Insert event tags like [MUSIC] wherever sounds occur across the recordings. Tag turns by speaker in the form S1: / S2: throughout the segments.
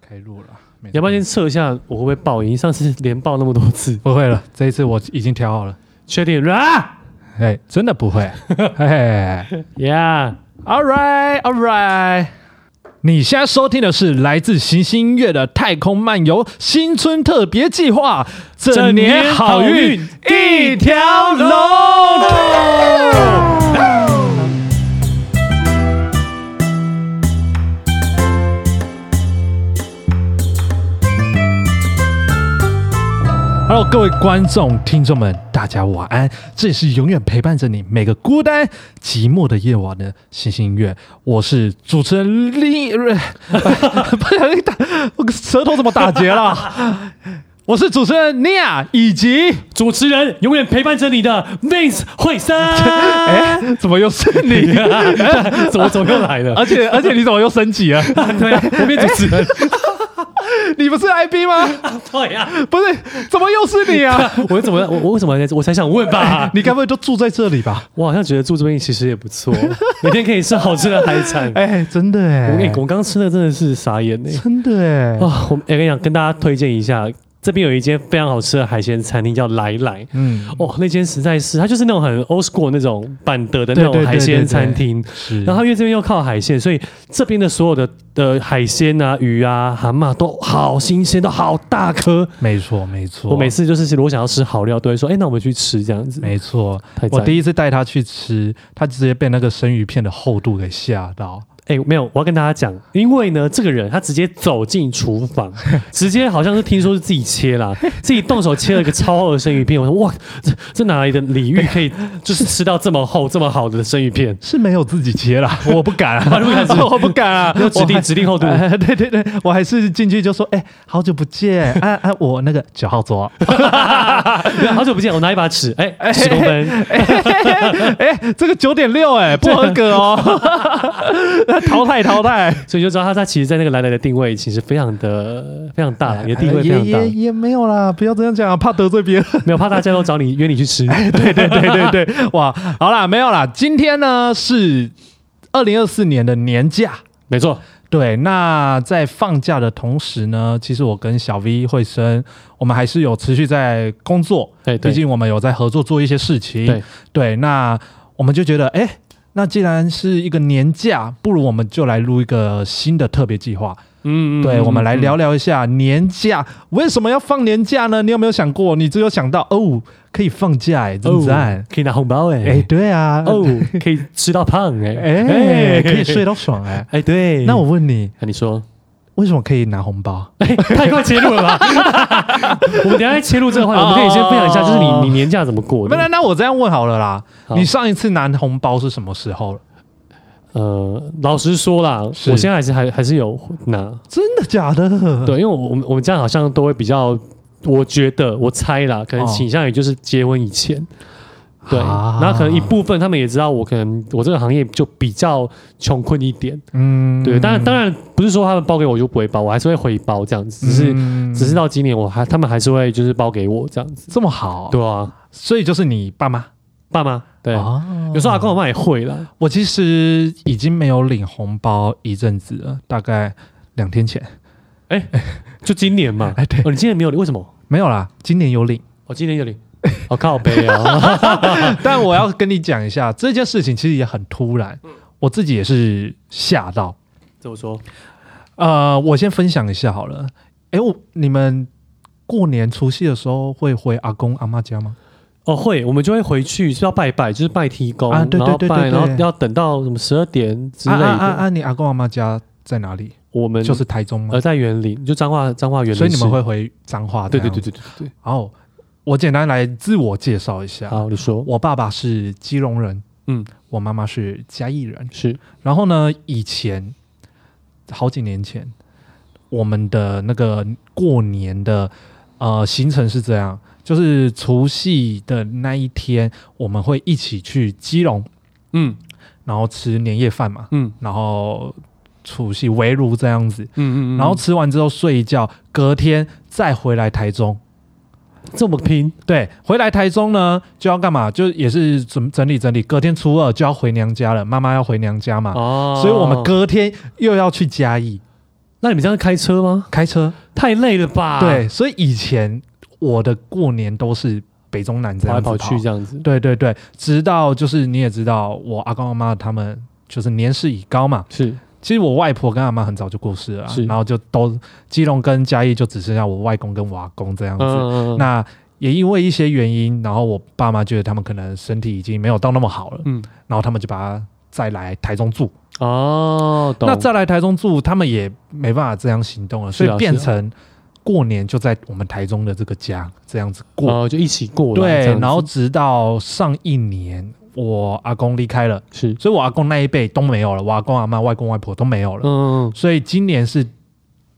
S1: 开录了，没
S2: 你要不要先
S1: 事
S2: 测一下我会不会爆音？上次连爆那么多次，
S1: 不会了，这一次我已经调 [LAUGHS] 好了。
S2: 确定啊
S1: 哎，真的不会。嘿嘿
S2: ？Yeah，
S1: ，All right, All right。你现在收听的是来自行星音乐的《太空漫游新春特别计划》，整年好运一条龙。Hello，各位观众、听众们，大家晚安！这里是永远陪伴着你每个孤单、寂寞的夜晚的星星音乐，我是主持人李，呃不小心打，我舌头怎么打结了？我是主持人尼亚，以及
S2: 主持人永远陪伴着你的 Vince 惠 [LAUGHS] 生。
S1: 哎、怎么又是你？
S2: 怎么怎么又来了？
S1: 而且而且你怎么又升级了？
S2: 对啊，我变主持人。
S1: 你不是 IB 吗？
S2: 对啊，
S1: 不是，怎么又是你啊？
S2: 我怎么我我为什么我才想问 [LAUGHS] 吧？
S1: 你该不会都住在这里吧？
S2: 我好像觉得住这边其实也不错，每天可以吃好吃的海 [LAUGHS] 产。
S1: 哎、真的哎、
S2: 我哎我刚吃的真的是傻眼哎！
S1: 真的哎、
S2: 啊，我哎跟你讲，跟大家推荐一下，这边有一间非常好吃的海鲜餐厅，叫来来。
S1: 嗯，
S2: 哦，那间实在是，它就是那种很 old school 那种板德的那
S1: 对对
S2: 种
S1: 对
S2: 海
S1: 对对
S2: 鲜餐厅。
S1: 是
S2: 然后它因为这边又靠海鲜，所以这边的所有的的海鲜啊、鱼啊、蛤蟆都好新鲜，都好大颗。
S1: 没错没错，
S2: 我每次就是如果想要吃好料，都会说：“哎，那我们去吃这样子。
S1: 没错
S2: 太，赞
S1: 我第一次带他去吃，他直接被那个生鱼片的厚度给吓到。”
S2: 哎，没有，我要跟大家讲，因为呢，这个人他直接走进厨
S1: [LAUGHS]
S2: 房，直接好像是听说是自己切啦，自己动手切了个超厚的生鱼片。我说：“哇，这这哪里的礼遇可以就是吃到这么厚、这么好的生鱼片？”
S1: 是没有自己切啦，我不敢、
S2: [LAUGHS]
S1: 啊，
S2: 不敢吃
S1: [LAUGHS] 我不敢啊！
S2: 要指
S1: 我
S2: 定
S1: 还
S2: 指定厚度
S1: 哎对对对，我还是进去就说，哎、好久不见，啊啊，我那个九号桌，
S2: [LAUGHS] 好久不见，我拿一把尺，哎、十公分，
S1: [LAUGHS] 哎、这个九点六，哎，不合格哦，
S2: [LAUGHS]
S1: 淘汰淘汰，
S2: 所以就知道他他其实，在那个来来的定位其实非常的非常
S1: 哎
S2: 大，你的定位非
S1: 也
S2: 常大
S1: 也，也没有啦，不要这样讲啊，怕得罪别人。
S2: 没有怕大家都找你约你去吃，
S1: 对对对对 [LAUGHS] 对，哇，好啦，没有啦，今天呢是二零二四年的年假。
S2: 没错，
S1: 对，那在放假的同时呢，其实我跟小 V 会生，我们还是有持续在工作，
S2: 对哎对
S1: 毕竟我们有在合作做一些事情。
S2: 对，
S1: 哎对，那我们就觉得，哎、那既然是一个年假，不如我们就来录一个新的特别计划。
S2: 嗯
S1: 对，我们来聊
S2: 嗯
S1: 聊一下年假为什么要放年假呢？你有没有想过？你只有想到哦，可以放假、哎，真赞
S2: 哦！可以拿红包哎、
S1: 哎、对啊，
S2: 哦，可以吃到胖哎、
S1: 哎、可以睡到爽、哎、
S2: 哎、对，哎
S1: 那我问你，
S2: 那你说，
S1: 为什么可以拿红包？
S2: 哎、太快切入了吧？ [LAUGHS] 我们等一下再切入这
S1: 哦
S2: 个话题，我们可以先分享一下，就是你你年假怎么过
S1: 不然，
S2: 的？
S1: 那我这样问好了啦。
S2: 好
S1: 你上一次拿红包是什么时候了？
S2: 呃，老实说啦，我
S1: 是
S2: 现在还是还还是有拿，
S1: 真的假的？
S2: 对，因为我我们我们家好像都会比较，我觉得我猜啦，可能
S1: 哦
S2: 倾向于就是结婚以前，对，
S1: 啊
S2: 然后可能一部分他们也知道我可能我这个行业就比较穷困一点，
S1: 嗯
S2: 对，当然当然不是说他们包给我就不会包，我还是会回包这样子，只是、
S1: 嗯
S2: 只是到今年我还他们还是会就是包给我这样子，
S1: 这么好，
S2: 对啊，
S1: 所以就是你爸妈
S2: 爸妈对。
S1: 哦
S2: 有时候阿公阿妈也会啦，
S1: 我其实已经没有领红包一阵子了，大概两天前。
S2: 就今年嘛。
S1: 哎对
S2: 哦，你今年没有领，为什么？
S1: 没有啦，今年有领。
S2: 我、今年有领，好、靠背
S1: [LAUGHS]
S2: 啊！
S1: 但我要跟你讲一下，这件事情其实也很突然，我自己也是吓到。
S2: 怎么说？
S1: 呃，我先分享一下好了。哎，我你们过年除夕的时候会回阿公阿妈家吗？
S2: 哦，会，我们就会回去是要拜拜，就是拜提公，
S1: 啊对对对
S2: 然后拜，
S1: 对对
S2: 然后要等到什么十二点之类的。
S1: 啊啊啊啊！你阿公阿妈家在哪里？
S2: 我们
S1: 就是台中吗
S2: 呃？在园林，就彰化彰化园林市，
S1: 所以你们会回彰化？
S2: 对对对。对对对
S1: 哦，我简单来自我介绍一
S2: 对。
S1: 下。
S2: 好，你说
S1: 我爸爸是基隆人，
S2: 嗯，
S1: 我妈妈是嘉义人。
S2: 是
S1: 然后呢，以前好几年前，我们的那个过年的呃行程是这样，就是除夕的那一天，我们会一起去基隆，
S2: 嗯
S1: 然后吃年夜饭嘛，
S2: 嗯
S1: 然后除夕围炉这样子。
S2: 嗯嗯嗯，
S1: 然后吃完之后睡一觉，隔天再回来台中。
S2: 这么拼，
S1: 对，回来台中呢就要干嘛？就也是整整理整理，隔天初二啊就要回娘家了，妈妈要回娘家嘛，
S2: 哦，
S1: 所以我们隔天又要去嘉义。
S2: 那你们这样开车吗？
S1: 开车。
S2: 太累了吧？
S1: 对，，所以以前我的过年都是北中南这
S2: 跑
S1: 样
S2: 来
S1: 子跑
S2: 跑去这样子。
S1: 对对对，直到就是你也知道，我阿公阿妈他们就是年事已高嘛。
S2: 是
S1: 其实我外婆跟阿妈很早就过世了啊
S2: 是，
S1: 然后就都基隆跟嘉义就只剩下我外公跟我阿公这样子。
S2: 嗯
S1: 那也因为一些原因，然后我爸妈觉得他们可能身体已经没有到那么好了，
S2: 嗯
S1: 然后他们就把他再来台中住。
S2: 哦，懂
S1: 那再来台中住，他们也没办法这样行动了，所
S2: 是啊
S1: 以变成过年就在我们台中的这个家这样子过。
S2: 哦，就一起过来
S1: 对
S2: 这样，子
S1: 然后直到上一年，我阿公离开了，
S2: 是
S1: 所以我阿公那一辈都没有了，我阿公阿妈、外公外婆都没有了，
S2: 嗯
S1: 所以今年是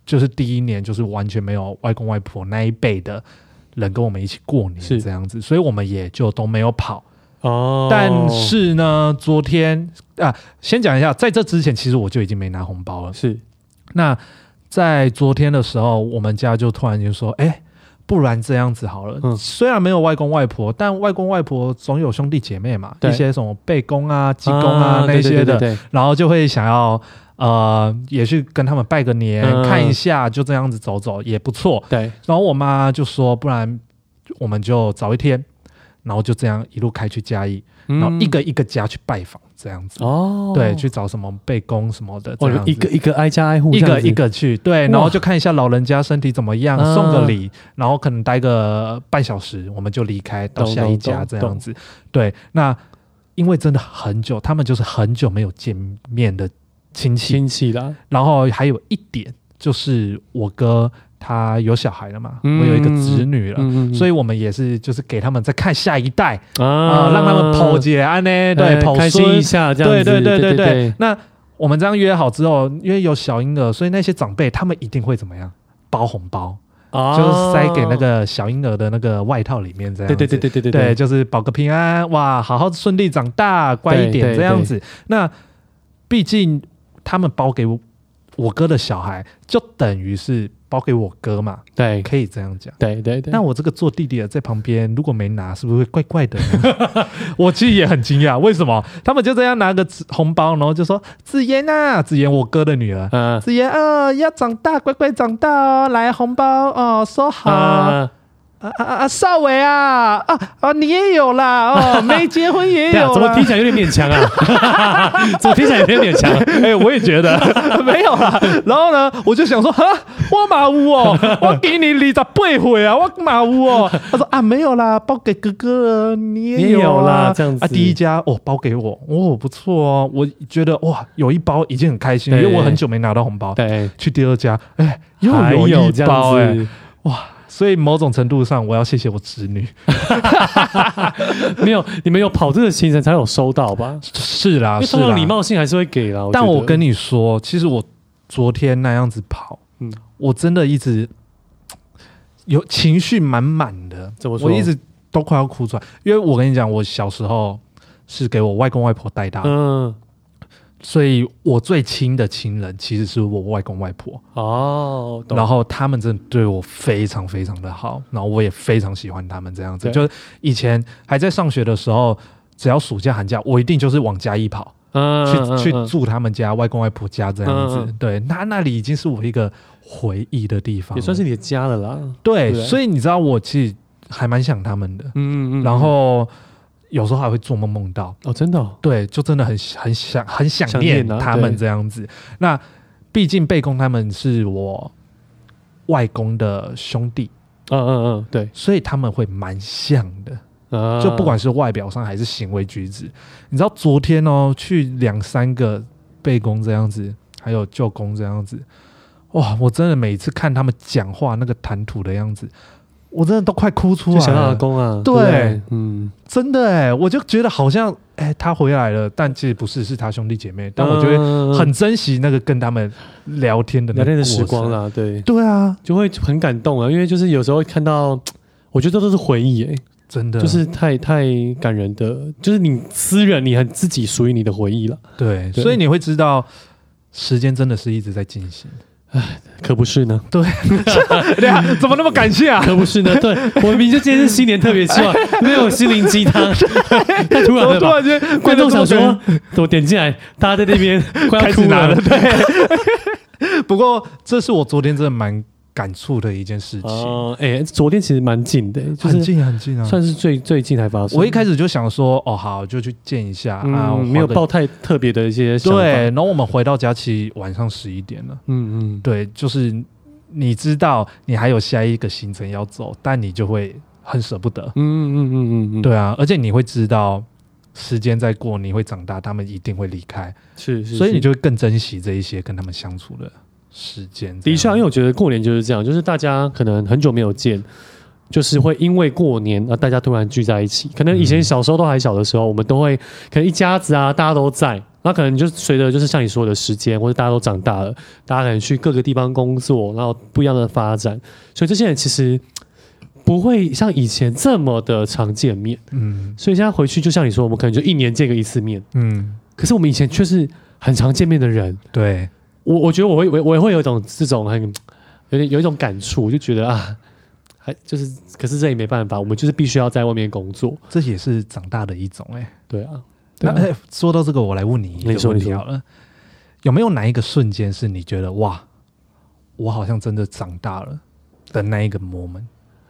S1: 就是第一年，就是完全没有外公外婆那一辈的人跟我们一起过年
S2: 是
S1: 这样子，所以我们也就都没有跑。
S2: 哦，
S1: 但是呢，昨天啊，先讲一下，在这之前，其实我就已经没拿红包了。
S2: 是
S1: 那在昨天的时候，我们家就突然间说：“哎、不然这样子好了，
S2: 嗯
S1: 虽然没有外公外婆，但外公外婆总有兄弟姐妹嘛，
S2: 对
S1: 一些什么贝公啊、济公啊那
S2: 对对
S1: 些的，
S2: 对对对
S1: 然后就会想要呃，也去跟他们拜个年，
S2: 嗯
S1: 看一下，就这样子走走也不错。
S2: 对，
S1: 然后我妈就说：不然我们就找一天，然后就这样一路开去嘉义，
S2: 嗯
S1: 然后一个一个家去拜访，这样子。”
S2: 哦，
S1: 对，去找什么贝公什么的，这
S2: 哦，
S1: 样子
S2: 一个一个挨家挨户这
S1: 一
S2: 样
S1: 个
S2: 子，
S1: 一个去，对，然后就看一下老人家身体怎么样，
S2: 啊
S1: 送个礼，然后可能待个半小时，我们就离开到
S2: 懂
S1: 下一
S2: 懂
S1: 家
S2: 懂
S1: 这样子。对，那因为真的很久，他们就是很久没有见面的亲戚，
S2: 亲戚啦，
S1: 然后还有一点就是我哥他有小孩了嘛，
S2: 嗯
S1: 我有一个侄女了。
S2: 嗯
S1: 所
S2: 以
S1: 以我们也是，就是给他们再看下一代啊、
S2: 啊
S1: 让他们剖解安呢，对，
S2: 哎
S1: 剖
S2: 开心
S1: 孙
S2: 一下这样
S1: 对
S2: 子，
S1: 对对
S2: 对
S1: 对对。那我们这样约好之后，因为有小婴儿，所以那些长辈他们一定会怎么样？包红包，
S2: 啊
S1: 就是塞给那个小婴儿的那个外套里面，这样
S2: 对
S1: 子。
S2: 对对对对
S1: 对
S2: 对，
S1: 就是保个平安，哇，好好顺利长大，乖一
S2: 对
S1: 点
S2: 对
S1: 这样子。那毕竟他们包给我我哥的小孩，就等于是包给我哥嘛，
S2: 对
S1: 可以这样讲。
S2: 对对对。
S1: 那我这个做弟弟的啊在旁边，如果没拿，是不是会怪怪的
S2: [LAUGHS]
S1: 呢？我其实也很惊讶，为什么他们就这样拿个纸红包，然后就说：“子妍啊，子妍，我哥的女儿，
S2: 嗯
S1: 子妍啊、要长大，乖乖长大哦，来红包哦，收好。啊
S2: 啊，
S1: 啊啊！少伟啊，啊啊，你也有啦，哦，
S2: [LAUGHS]
S1: 没结婚也
S2: 对啊，
S1: 有
S2: 怎么
S1: 啦
S2: 听，起来有点勉
S1: [LAUGHS]
S2: 强啊？怎么听起来有点勉强？哎，我也觉得，
S1: 没有啦。然后呢，我就想说，哈，我马乌
S2: [LAUGHS]
S1: 哦，我给你你咋背回啊，我马乌哦。他说啊，没有啦，包给哥哥了，你也
S2: 你也有
S1: 啦，
S2: 啦这样子
S1: 啊，第一家哦，包给我，哦，不错哦，我觉得哇，有一包已经很开心了，因
S2: 对
S1: 为我很久没拿到红包。
S2: 对，
S1: 去第二家，哎，又
S2: 还有
S1: 一
S2: 这
S1: 包哎、
S2: 样子，
S1: 哇！所以某种程度上，我要谢谢我侄女。哎
S2: 没有，你们有跑这个行程才有收到吧？
S1: 是
S2: 因
S1: 啦，
S2: 为
S1: 啊是
S2: 通常
S1: 啦，
S2: 礼貌性还是会给啦。
S1: 但
S2: 觉得
S1: 我跟你说，其实我昨天那样子跑，
S2: 嗯
S1: 我真的一直有情绪满满的，
S2: 怎么说
S1: 我一直都快要哭出来。因为我跟你讲，我小时候是给我外公外婆带大，
S2: 嗯
S1: 所以我最亲的亲人其实是我外公外婆，
S2: 哦，懂
S1: 然后他们真的对我非常非常的好，然后我也非常喜欢他们这样子。
S2: 对
S1: 就是以前还在上学的时候，只要暑假寒假，我一定就是往家一跑。去
S2: 嗯
S1: 去
S2: 嗯嗯
S1: 住他们家外公外婆家这样子。
S2: 嗯嗯
S1: 对，那那里已经是我一个回忆的地方了，
S2: 也算是你的家了啦。
S1: 对。
S2: 对啊
S1: 所以你知道，我其实还蛮想他们的，
S2: 嗯嗯嗯
S1: 然后有时候还会做梦梦到，
S2: 哦，真的哦
S1: 对，就真的很很想很想
S2: 想
S1: 念
S2: 念啊
S1: 他
S2: 对
S1: 们这样子。那毕竟贝公他们是我外公的兄弟，
S2: 嗯嗯嗯，对，
S1: 所以他们会蛮像的。
S2: 啊
S1: 就不管是外表上还是行为举止。你知道昨天哦，去两三个背公这样子，还有舅公这样子，哇！我真的每次看他们讲话那个谈吐的样子，我真的都快哭出
S2: 就
S1: 来
S2: 想到阿
S1: 了。
S2: 公啊，
S1: 对
S2: 对不对，嗯，
S1: 真的哎，我就觉得好像哎、他回来了，但其实不是，是他兄弟姐妹。但我就会
S2: 会
S1: 很珍惜那个跟他们聊天的那
S2: 嗯聊
S1: 个
S2: 天的
S1: 过
S2: 时光
S1: 程。
S2: 啦，对，
S1: 对啊，
S2: 就会很感动啊，因为就是有时候会看到。我觉得这都是回忆、欸，
S1: 真的
S2: 就是太太感人的，就是你私人，你很自己属于你的回忆了，
S1: 对，
S2: 对
S1: 所以你会知道，时间真的是一直在进
S2: [LAUGHS]
S1: 行。
S2: 可不是 [LAUGHS] 呢？
S1: 对啊，怎么那么感谢啊？
S2: 可不是呢？对，我明明就今天是新年特别计 [LAUGHS] 划，没有心灵鸡汤， [LAUGHS] 太突然
S1: 怎么
S2: 了
S1: 突
S2: 吧？
S1: 然间
S2: [LAUGHS] 观众想
S1: 变得这么 [LAUGHS]
S2: 说，我点进来，大家在那边快
S1: 开
S2: 要
S1: 始
S2: 哭 [LAUGHS]
S1: 拿了，
S2: 了，
S1: 对，不过这是我昨天真的蛮感触的一件事情，
S2: 哦，哎、昨天其实蛮近的、就是
S1: 很近很近啊。
S2: 算是最最近才发生。
S1: 我一开始就想说，哦，好，就去见一下、
S2: 嗯、
S1: 啊，
S2: 没有
S1: 报
S2: 抱太特别的一些想法。
S1: 对，，然后我们回到家，其实晚上十一点了。
S2: 嗯嗯，
S1: 对，就是你知道你还有下一个行程要走，但你就会很舍不得。
S2: 嗯嗯嗯嗯嗯，，
S1: 对啊，而且你会知道时间在过，你会长大，他们一定会离开，
S2: 是是，
S1: 所以
S2: 是
S1: 你就会更珍惜这一些跟他们相处的时间。
S2: 的确啊，因为
S1: 为
S2: 我觉得过年就是这样，就是大家可能很久没有见，就是会因为过年啊，大家突然聚在一起。可能以前小时候都还小的时候，我们都会可能一家子啊，大家都在。那可能就是随着就是像你说的时间，或者大家都长大了，大家可能去各个地方工作，然后不一样的发展，所以这些人其实不会像以前这么的常见面。
S1: 嗯
S2: 所以现在回去，就像你说，我们可能就一年见个一次面，
S1: 嗯，
S2: 可是我们以前却是很常见面的人。
S1: 对，
S2: 我我觉得我会我我也会有一种这种很有点有一种感触，我就觉得啊，还就是可是这也没办法，我们就是必须要在外面工作。
S1: 这也是长大的一种哎、
S2: 对啊，对
S1: 那
S2: 啊
S1: 哎，说到这个，我来问你一
S2: 你
S1: 个
S2: 说
S1: 问
S2: 你
S1: 题
S2: 说
S1: 好了，有没有哪一个瞬间是你觉得哇，我好像真的长大了的那一个 moment？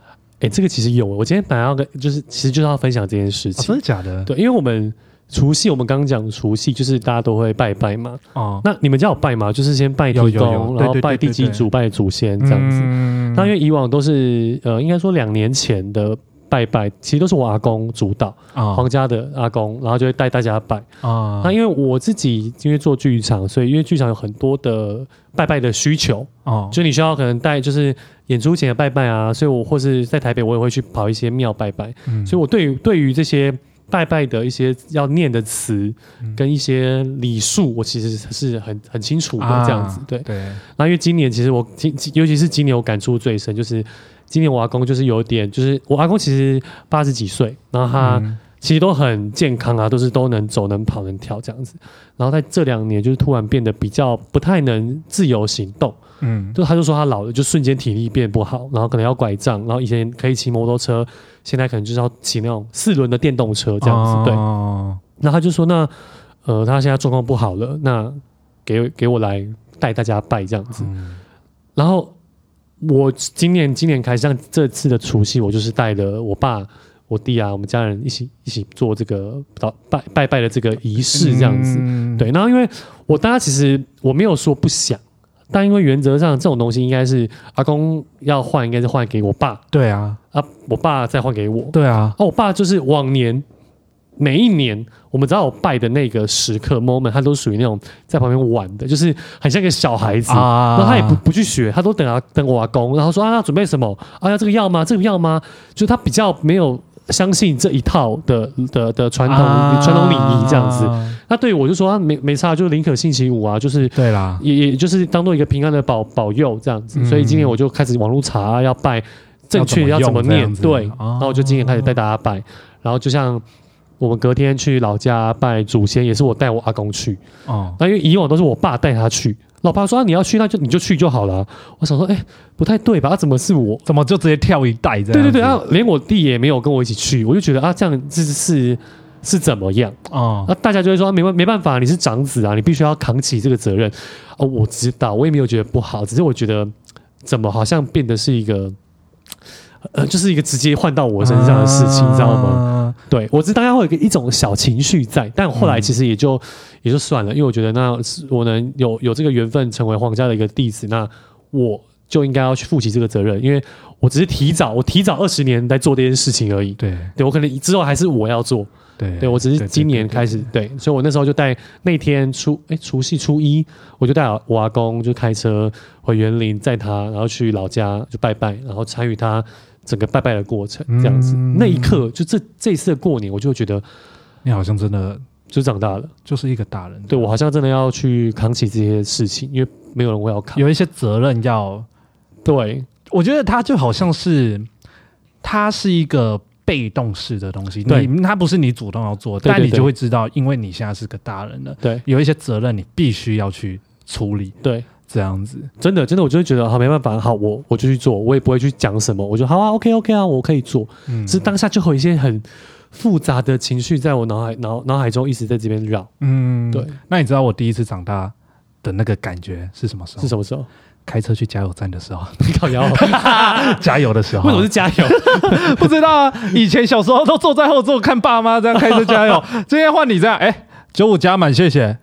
S1: 啊
S2: 哎、这个其实有，我今天本来要跟就是其实就是要分享这件事
S1: 哦
S2: 情。
S1: 真的假的？
S2: 对，因为我们除夕，我们刚刚讲除夕就是大家都会拜拜嘛。
S1: 哦，
S2: 那你们家有拜吗？就是先拜地
S1: 有有有
S2: 公，
S1: 对
S2: 然后
S1: 对对
S2: 拜
S1: 对
S2: 地基
S1: 对
S2: 主、拜祖先这样子。
S1: 嗯
S2: 那因为以往都是呃，应该说两年前的拜拜，其实都是我阿公主导，
S1: 啊
S2: 皇家的阿公，然后就会带大家拜。
S1: 啊
S2: 那因为我自己因为做剧场，所以因为剧场有很多的拜拜的需求，
S1: 哦
S2: 就你需要可能带就是演出前的拜拜啊，所以我或是在台北我也会去跑一些庙拜拜，
S1: 嗯
S2: 所以我对于对于这些。拜拜的一些要念的词
S1: 嗯
S2: 跟一些礼数，我其实是很很清楚的
S1: 啊
S2: 这样子。对，
S1: 对，
S2: 那因为今年其实我今今尤其是今年我感触最深，就是今年我阿公就是有点，就是我阿公其实八十几岁，然后他
S1: 嗯
S2: 其实都很健康啊，都是都能走、能跑、能跳这样子。然后在这两年就是突然变得比较不太能自由行动，
S1: 嗯
S2: 就他就说他老了，就瞬间体力变不好，然后可能要拐杖，然后以前可以骑摩托车，现在可能就是要骑那种四轮的电动车这样子。对，
S1: 哦
S2: 那他就说那呃他现在状况不好了，那给给我来带大家拜这样子。
S1: 嗯
S2: 然后我今年今年开始，像这次的除夕，我就是带了我爸、我弟啊，我们家人一起一起做这个祷拜拜拜的这个仪式，这样子。
S1: 嗯
S2: 对，然后因为我大家其实我没有说不想，但因为原则上这种东西应该是阿公要换，应该是换给我爸
S1: 对啊，
S2: 啊，我爸再换给我。
S1: 对啊，
S2: 啊，我爸就是往年每一年，我们只要有拜的那个时刻 moment，他都属于那种在旁边玩的，就是很像一个小孩子
S1: 啊
S2: 然后他也不不去学，他都等啊等我阿公，然后说啊，那准备什么？啊，要这个要吗？这个要吗？就是他比较没有相信这一套的的的传统、
S1: 啊
S2: 传统礼仪这样子。，那对于我就说啊，没没差，就宁可信其无啊，就是
S1: 对啦，
S2: 也也就是当做一个平安的保保佑这样子。
S1: 嗯
S2: 所以今年我就开始网络查、啊、要拜正确
S1: 要
S2: 要
S1: 怎
S2: 怎
S1: 么
S2: 么
S1: 用这
S2: 念，
S1: 样子
S2: 对。
S1: 哦
S2: 然后我就今年开始带大家拜，然后就像我们隔天去老家拜祖先，也是我带我阿公去。
S1: 哦，
S2: 那因为以往都是我爸带他去，老爸说、啊、你要去那就你就去就好了啊。我想说，哎、不太对吧？啊、怎么是我？
S1: 怎么就直接跳一代这样？
S2: 对对对，啊，连我弟也没有跟我一起去，我就觉得啊，这样这是是是怎么样？
S1: 哦，
S2: 那、大家就会说、啊没办没办法，你是长子啊，你必须要扛起这个责任。哦，我知道，我也没有觉得不好，只是我觉得怎么好像变得是一个，呃，就是一个直接换到我身上的事情，你知道吗？
S1: 吗？
S2: 对我是当然会有一个一种小情绪在，但后来其实也就、也就算了，因为我觉得那是我能有有这个缘分成为皇家的一个弟子，那我就应该要去负起这个责任，因为我只是提早，我提早二十年在做这件事情而已。
S1: 对
S2: 对我可能之后还是我要做，
S1: 对
S2: 对我只是今年开
S1: 始
S2: 始对，所以我那时候就带那天初哎除夕初一，我就带我阿公就开车回园林载他，然后去老家就拜拜，然后参与他整个拜拜的过程，这样子。
S1: 嗯
S2: 那一刻就这这一次的过年，我就觉得
S1: 你好像真的
S2: 就长大了，
S1: 就是一个大人，
S2: 对我好像真的要去扛起这些事情，因为没有人会要扛。
S1: 有一些责任要，
S2: 对
S1: 我觉得他就好像是，他是一个。被动式的东西，
S2: 对
S1: 你他不是你主动要做，
S2: 对对
S1: 但你
S2: 对
S1: 就会知道，因为你现在是个大人了，
S2: 对
S1: 有一些责任你必须要去处理，
S2: 对，
S1: 这样子。
S2: 真的真的，我就会觉得好没办法，好我我就去做，我也不会去讲什么，我就好啊，OK OK 啊，我可以做。
S1: 嗯
S2: 只是当下就会有一些很复杂的情绪在我脑海脑脑海中一直在这边绕。
S1: 嗯
S2: 对，
S1: 那你知道我第一次长大的那个感觉是什么时候？
S2: 是什么时候？
S1: 开车去加油站的时候，
S2: [LAUGHS]
S1: [LAUGHS]
S2: 你搞摇？
S1: 加油的时候。
S2: 为什么是加油？
S1: [LAUGHS] 不知道啊，以前小时候都坐在后座看爸妈这样开车加 [LAUGHS] 油，今天换你这样，哎、九五加满，谢谢。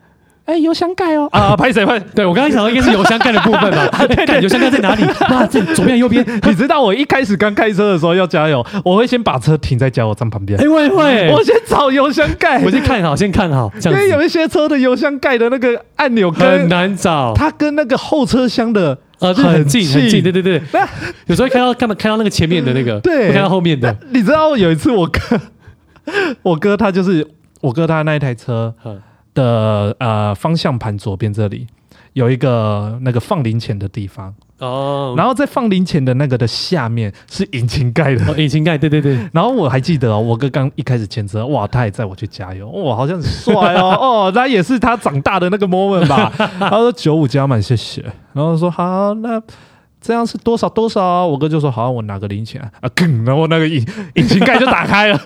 S1: 哎、油箱盖哦，啊，拍谁拍？
S2: [LAUGHS] 对我刚刚想到应该是油箱盖的部分吧？哎 [LAUGHS] 干油箱盖在哪里？妈，这左边还是右边？
S1: 你知道我一开始刚开车的时候要加油，我会先把车停在加油站旁边，
S2: 哎，我也会，
S1: 我先找油箱盖，
S2: 我先看好，先看好，这
S1: 因
S2: 样
S1: 为有
S2: 子
S1: 一些车的油箱盖的那个按钮
S2: 很
S1: 跟
S2: 难找。
S1: 它跟那个后车厢的
S2: 啊，对，很近很近，对
S1: 对
S2: 对 [LAUGHS] 对，有时候会看到看到看到那个前面的那个，
S1: 对
S2: 会看到后 [LAUGHS] 面的，
S1: 你知道有一次我哥，我哥他就是我哥他那一台车
S2: 嗯
S1: 的呃方向盘左边这里有一个那个放零钱的地方，
S2: 哦，
S1: 然后在放零钱的那个的下面是引擎盖的。
S2: 哦引擎盖，对对对，
S1: [LAUGHS] 然后我还记得哦，我哥刚一开始牵车，哇，他也载我去加油，哇，好像很帅
S2: [LAUGHS]
S1: 哦，哦，那也是他长大的那个 moment 吧。他说九五加满，谢谢。然后说好，那这样是多少多少啊？我哥就说好，我拿个零钱啊， [LAUGHS] 吭，然后那个引引擎盖就打开了。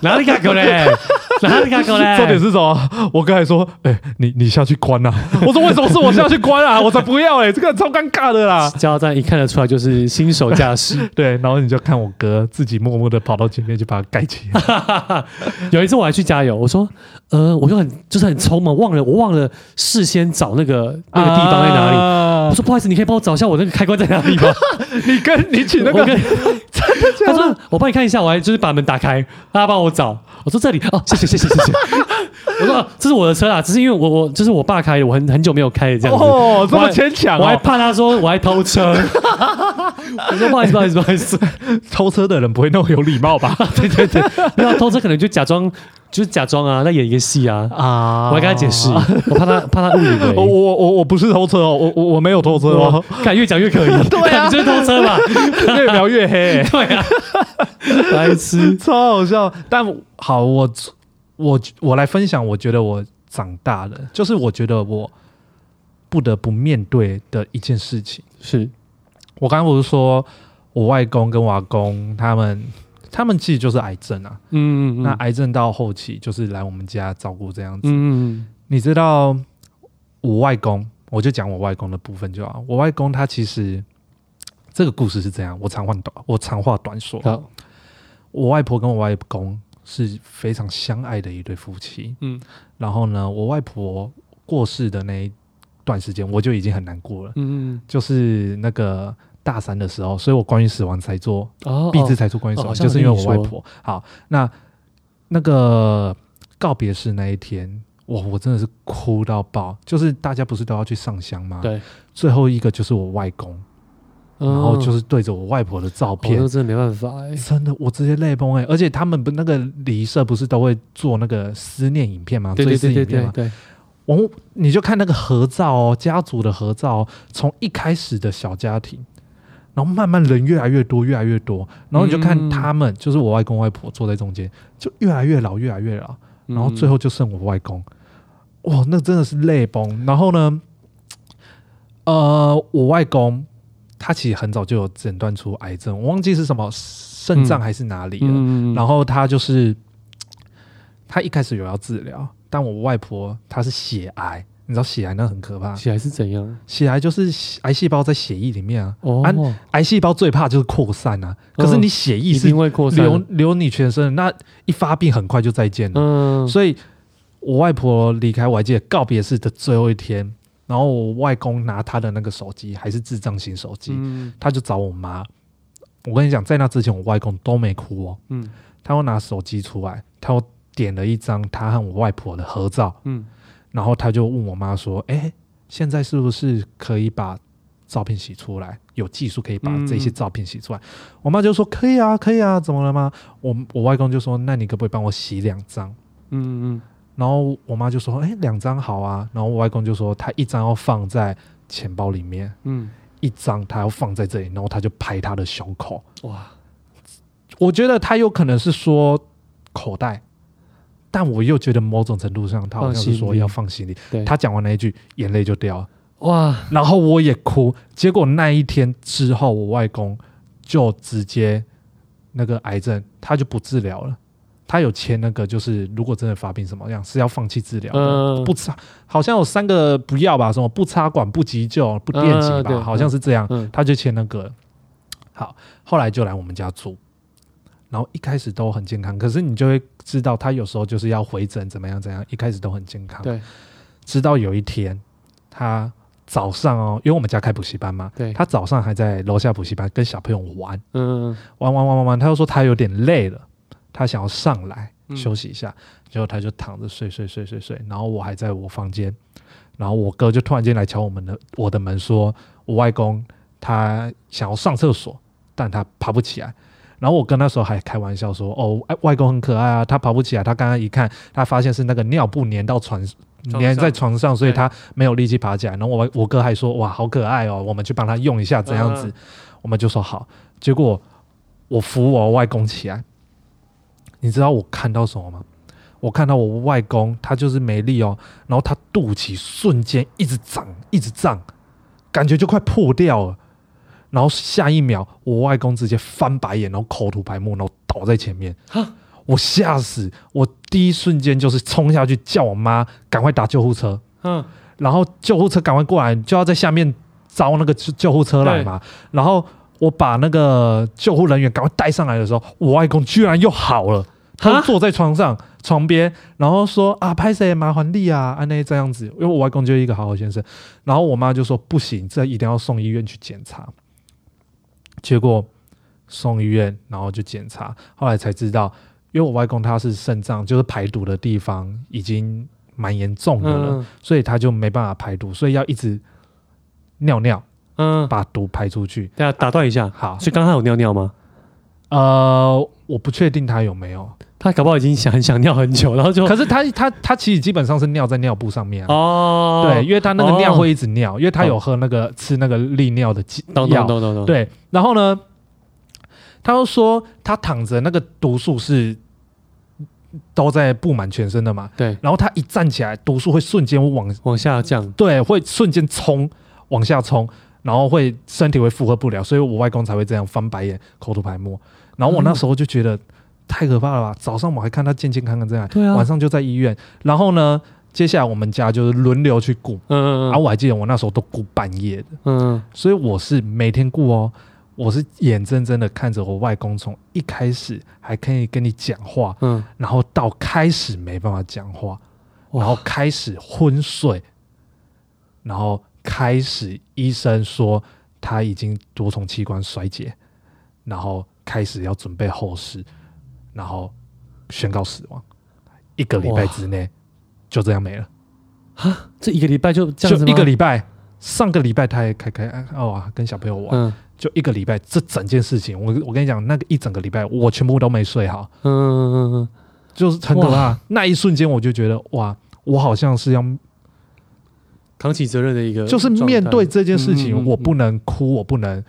S2: 哪里卡狗 [LAUGHS] 嘞？哪里卡狗嘞？
S1: 重点是什么？ [LAUGHS] 我哥还说，哎、你你下去关啊！我说为什么是我下去关啊？我才不要哎、这个超尴尬的啦。
S2: 加油站一看得出来就是新手驾 [LAUGHS] 驶。
S1: 对，然后你就看我哥自己默默的跑到前面去把它盖起来。
S2: 有一次我还去加油，我说，呃，我就很就是很匆忙，忘了我忘了事先找那个那个地方在哪里。我
S1: 里？
S2: 说不好意思，你可以帮我找一下我那个开关在哪 [LAUGHS] 里吗？
S1: 你跟你请那
S2: 我
S1: 个
S2: 跟
S1: 真
S2: 他
S1: 的假的？
S2: 说我帮你看一下，我还就是把门打开，他帮我找。我说这里哦，谢谢谢谢谢谢。 [LAUGHS] 我说哦这是我的车啦，只是因为我我就是我爸开的，我很很久没有开了这样子。
S1: 哦，这
S2: 我
S1: 么
S2: 还
S1: 牵强、哦，
S2: 我还怕他说我还偷 [LAUGHS] 车。我说不好意思不好意思不好意思，
S1: 偷车的人不会那么有礼貌吧？
S2: 对
S1: [LAUGHS]
S2: 对对，没有偷车可能就假装就是假装啊，那演一个戏啊。
S1: 啊
S2: 我还跟他解释，我怕他怕他误以为。
S1: 我我我我不是偷车哦，我我我没有偷车哦，
S2: 敢越讲越可疑，
S1: [LAUGHS] 对啊
S2: 干你就是偷车吧？
S1: [LAUGHS] 越描越黑、
S2: 对啊，白痴。
S1: [LAUGHS] 超好笑。但好，我我我来分享，我觉得我长大了，就是我觉得我不得不面对的一件事情。
S2: 是
S1: 我刚刚不是说我外公跟我阿公他们，他们其实就是癌症啊。
S2: 嗯嗯嗯
S1: 那癌症到后期就是来我们家照顾这样子。
S2: 嗯嗯
S1: 你知道我外公，我就讲我外公的部分就好。我外公他其实这个故事是这样，我长话短，我长话短说
S2: 嗯，。好，
S1: 我外婆跟我外公是非常相爱的一对夫妻。
S2: 嗯
S1: 然后呢，我外婆过世的那一段时间，我就已经很难过了，
S2: 嗯嗯
S1: 就是那个大三的时候，所以我关于死亡才做
S2: 哦，
S1: 毕制才出关于死
S2: 哦
S1: 亡，
S2: 好像
S1: 就是因为
S2: 有
S1: 我
S2: 听
S1: 外
S2: 你说
S1: 婆。好，那那个告别式那一天，哇，我真的是哭到爆，就是大家不是都要去上香吗？
S2: 对，嗯
S1: 最后一个就是我外公，
S2: 然
S1: 然后就是对着我外婆的照片，
S2: 哦真的没办法哎，
S1: 真的，我直接泪崩哎、而且他们不那个礼仪社不是都会做那个思念影片吗？
S2: 对
S1: 追
S2: 对
S1: 思影
S2: 对对
S1: 片
S2: 对
S1: 吗？
S2: 对，
S1: 我你就看那个合照哦，家族的合照、哦，从一开始的小家庭，然后慢慢人越来越多，越来越多，然后你就看
S2: 嗯
S1: 他们，就是我外公外婆坐在中间，就越来越老，越来越老，然后最
S2: 后
S1: 后就剩我外公，哇，那真的是泪崩。然后呢，呃，我外公他其实很早就有诊断出癌症，我忘记是什么肾脏还是哪里了。
S2: 嗯
S1: 然后他就是他一开始有要治疗，但我外婆她是血癌，你知道血癌那很可怕，
S2: 起来是怎样？
S1: 血癌就是血癌细胞在血液里面啊，
S2: 哦，
S1: 啊癌细胞最怕就是扩散啊，可是你血液
S2: 嗯一
S1: 是
S2: 定会扩散，
S1: 流流你全身，那一发病很快就再见了。
S2: 嗯，
S1: 所以我外婆离开外界告别式的最后一天，然后我外公拿他的那个手机，还是智障型手机，
S2: 嗯
S1: 他就找我妈。我跟你讲，在那之前我外公都没哭哦，
S2: 嗯
S1: 他会拿手机出来，他又点了一张他和我外婆的合照，
S2: 嗯，
S1: 然后他就问我妈说：“哎、现在是不是可以把照片洗出来？有技术可以把这
S2: 嗯
S1: 些照片洗出来？”我妈就说：“可以啊，可以啊，怎么了吗？”我我外公就说：“那你可不可以帮我洗两张？”
S2: 嗯嗯
S1: 然后我妈就说：“哎、两张好啊。”然后我外公就说：“他一张要放在钱包里面，
S2: 嗯，
S1: 一张他要放在这里。”然后他就拍他的胸口。
S2: 哇，
S1: 我觉得他有可能是说口袋，但我又觉得某种程度上他好像是
S2: 放
S1: 说
S2: 心里
S1: 要放心里。
S2: 对，
S1: 他讲完那一句，眼泪就掉了，
S2: 哇，
S1: 然后我也哭。结果那一天之后，我外公就直接那个癌症，他就不治疗了。他有签那个，就是如果真的发病什么样是要放弃治疗的，
S2: 嗯
S1: 不插好像有三个不要吧，什么不插管、不急救、不电击
S2: 嗯
S1: 吧，
S2: 对
S1: 好像是这样，
S2: 嗯
S1: 他就签那个。好，后来就来我们家住，然后一开始都很健康，可是你就会知道他有时候就是要回诊怎么样怎样，一开始都很健康，
S2: 对，
S1: 直到有一天他。早上哦，因为我们家开补习班嘛，
S2: 对
S1: 他早上还在楼下补习班跟小朋友玩，
S2: 嗯，
S1: 玩玩玩玩玩，他就说他有点累了，他想要上来
S2: 嗯
S1: 休息一下，结果他就躺着睡睡睡睡睡，然后我还在我房间，然后我哥就突然间来敲我们的我的门说，我外公他想要上厕所，但他爬不起来。然后我跟那时候还开玩笑说，哦，哎外公很可爱啊，他爬不起来，他刚刚一看，他发现是那个尿布粘到床，
S2: 上
S1: 粘在床上，所以
S2: 对
S1: 他没有力气爬起来。然后我我哥还说，哇，好可爱哦，我们去帮他用一下，怎样子？
S2: 嗯
S1: 我们就说好。结果我扶我外公起来，你知道我看到什么吗？我看到我外公他就是没力哦，然后他肚脐瞬间一直涨，一直胀，感觉就快破掉了。然后下一秒，我外公直接翻白眼，然后口吐白沫，然后倒在前面
S2: 哈。
S1: 我吓死！我第一瞬间就是冲下去叫我妈赶快打救护车，
S2: 嗯，
S1: 然后救护车赶快过来，就要在下面招那个救救护车来嘛。然后我把那个救护人员赶快带上来的时候，我外公居然又好了，他就
S2: 哈
S1: 坐在床上床边，然后说啊，拍谁麻烦你啊，安内这样子。因为我外公就是一个好好先生，然后我妈就说不行，这一定要送医院去检查。结果送医院，然后就检查，后来才知道，因为我外公他是肾脏，就是排毒的地方已经蛮严重的了。
S2: 嗯
S1: 所以他就没办法排毒，所以要一直尿尿
S2: 嗯，
S1: 把毒排出去。
S2: 大家打断一下，
S1: 好，
S2: 所以刚刚他有尿尿吗？
S1: 呃，我不确定他有没有，
S2: 他搞不好已经想 [LAUGHS] 很想尿很久，然后就
S1: 可是他他他其实基本上是尿在尿布上面啊、
S2: 哦，
S1: 对，，因为他那个尿
S2: 哦
S1: 会一直尿，因为他有喝那个吃那个利尿的剂
S2: 懂懂
S1: 药，
S2: 懂懂懂，，
S1: 对，然后呢，他又说他躺着那个毒素是都在布满全身的嘛，
S2: 对
S1: 然后他一站起来，毒素会瞬间往
S2: 往下降，
S1: 对，会瞬间冲往下冲，然后会身体会负荷不了，所以我外公才会这样翻白眼、口吐白沫。然后我那时候就觉得、太可怕了吧！ [LAUGHS] 早上我还看他健健康康这样，
S2: 对啊
S1: 晚上就在医院。然后呢，接下来我们家就是轮流去顾，
S2: 嗯
S1: 然后我还记得我那时候都顾半夜的，
S2: 嗯嗯
S1: 所以我是每天顾哦。我是眼睁睁的看着我外公从一开始还可以跟你讲话，
S2: 嗯，
S1: 然后到开始没办法讲话，
S2: 哇
S1: 然后开始昏睡，然后开始医生说他已经多重器官衰竭，然后开始要准备后事，然后宣告死亡，一个礼拜
S2: 哇
S1: 之内就这样没了，
S2: 这一个礼拜就这
S1: 就
S2: 样子吗
S1: 一个，礼拜。上个礼拜他也开开哦、啊，跟小朋友玩，
S2: 嗯
S1: 就一个礼拜，这整件事情，我我跟你讲，那个一整个礼拜我全部都没睡好，
S2: 嗯嗯嗯嗯，
S1: 就是很可怕。那一瞬间，我就觉得哇，我好像是要
S2: 扛起责任的一个，
S1: 就是面对，这件事
S2: 嗯嗯
S1: 情，
S2: 嗯
S1: 我不能哭，我不能，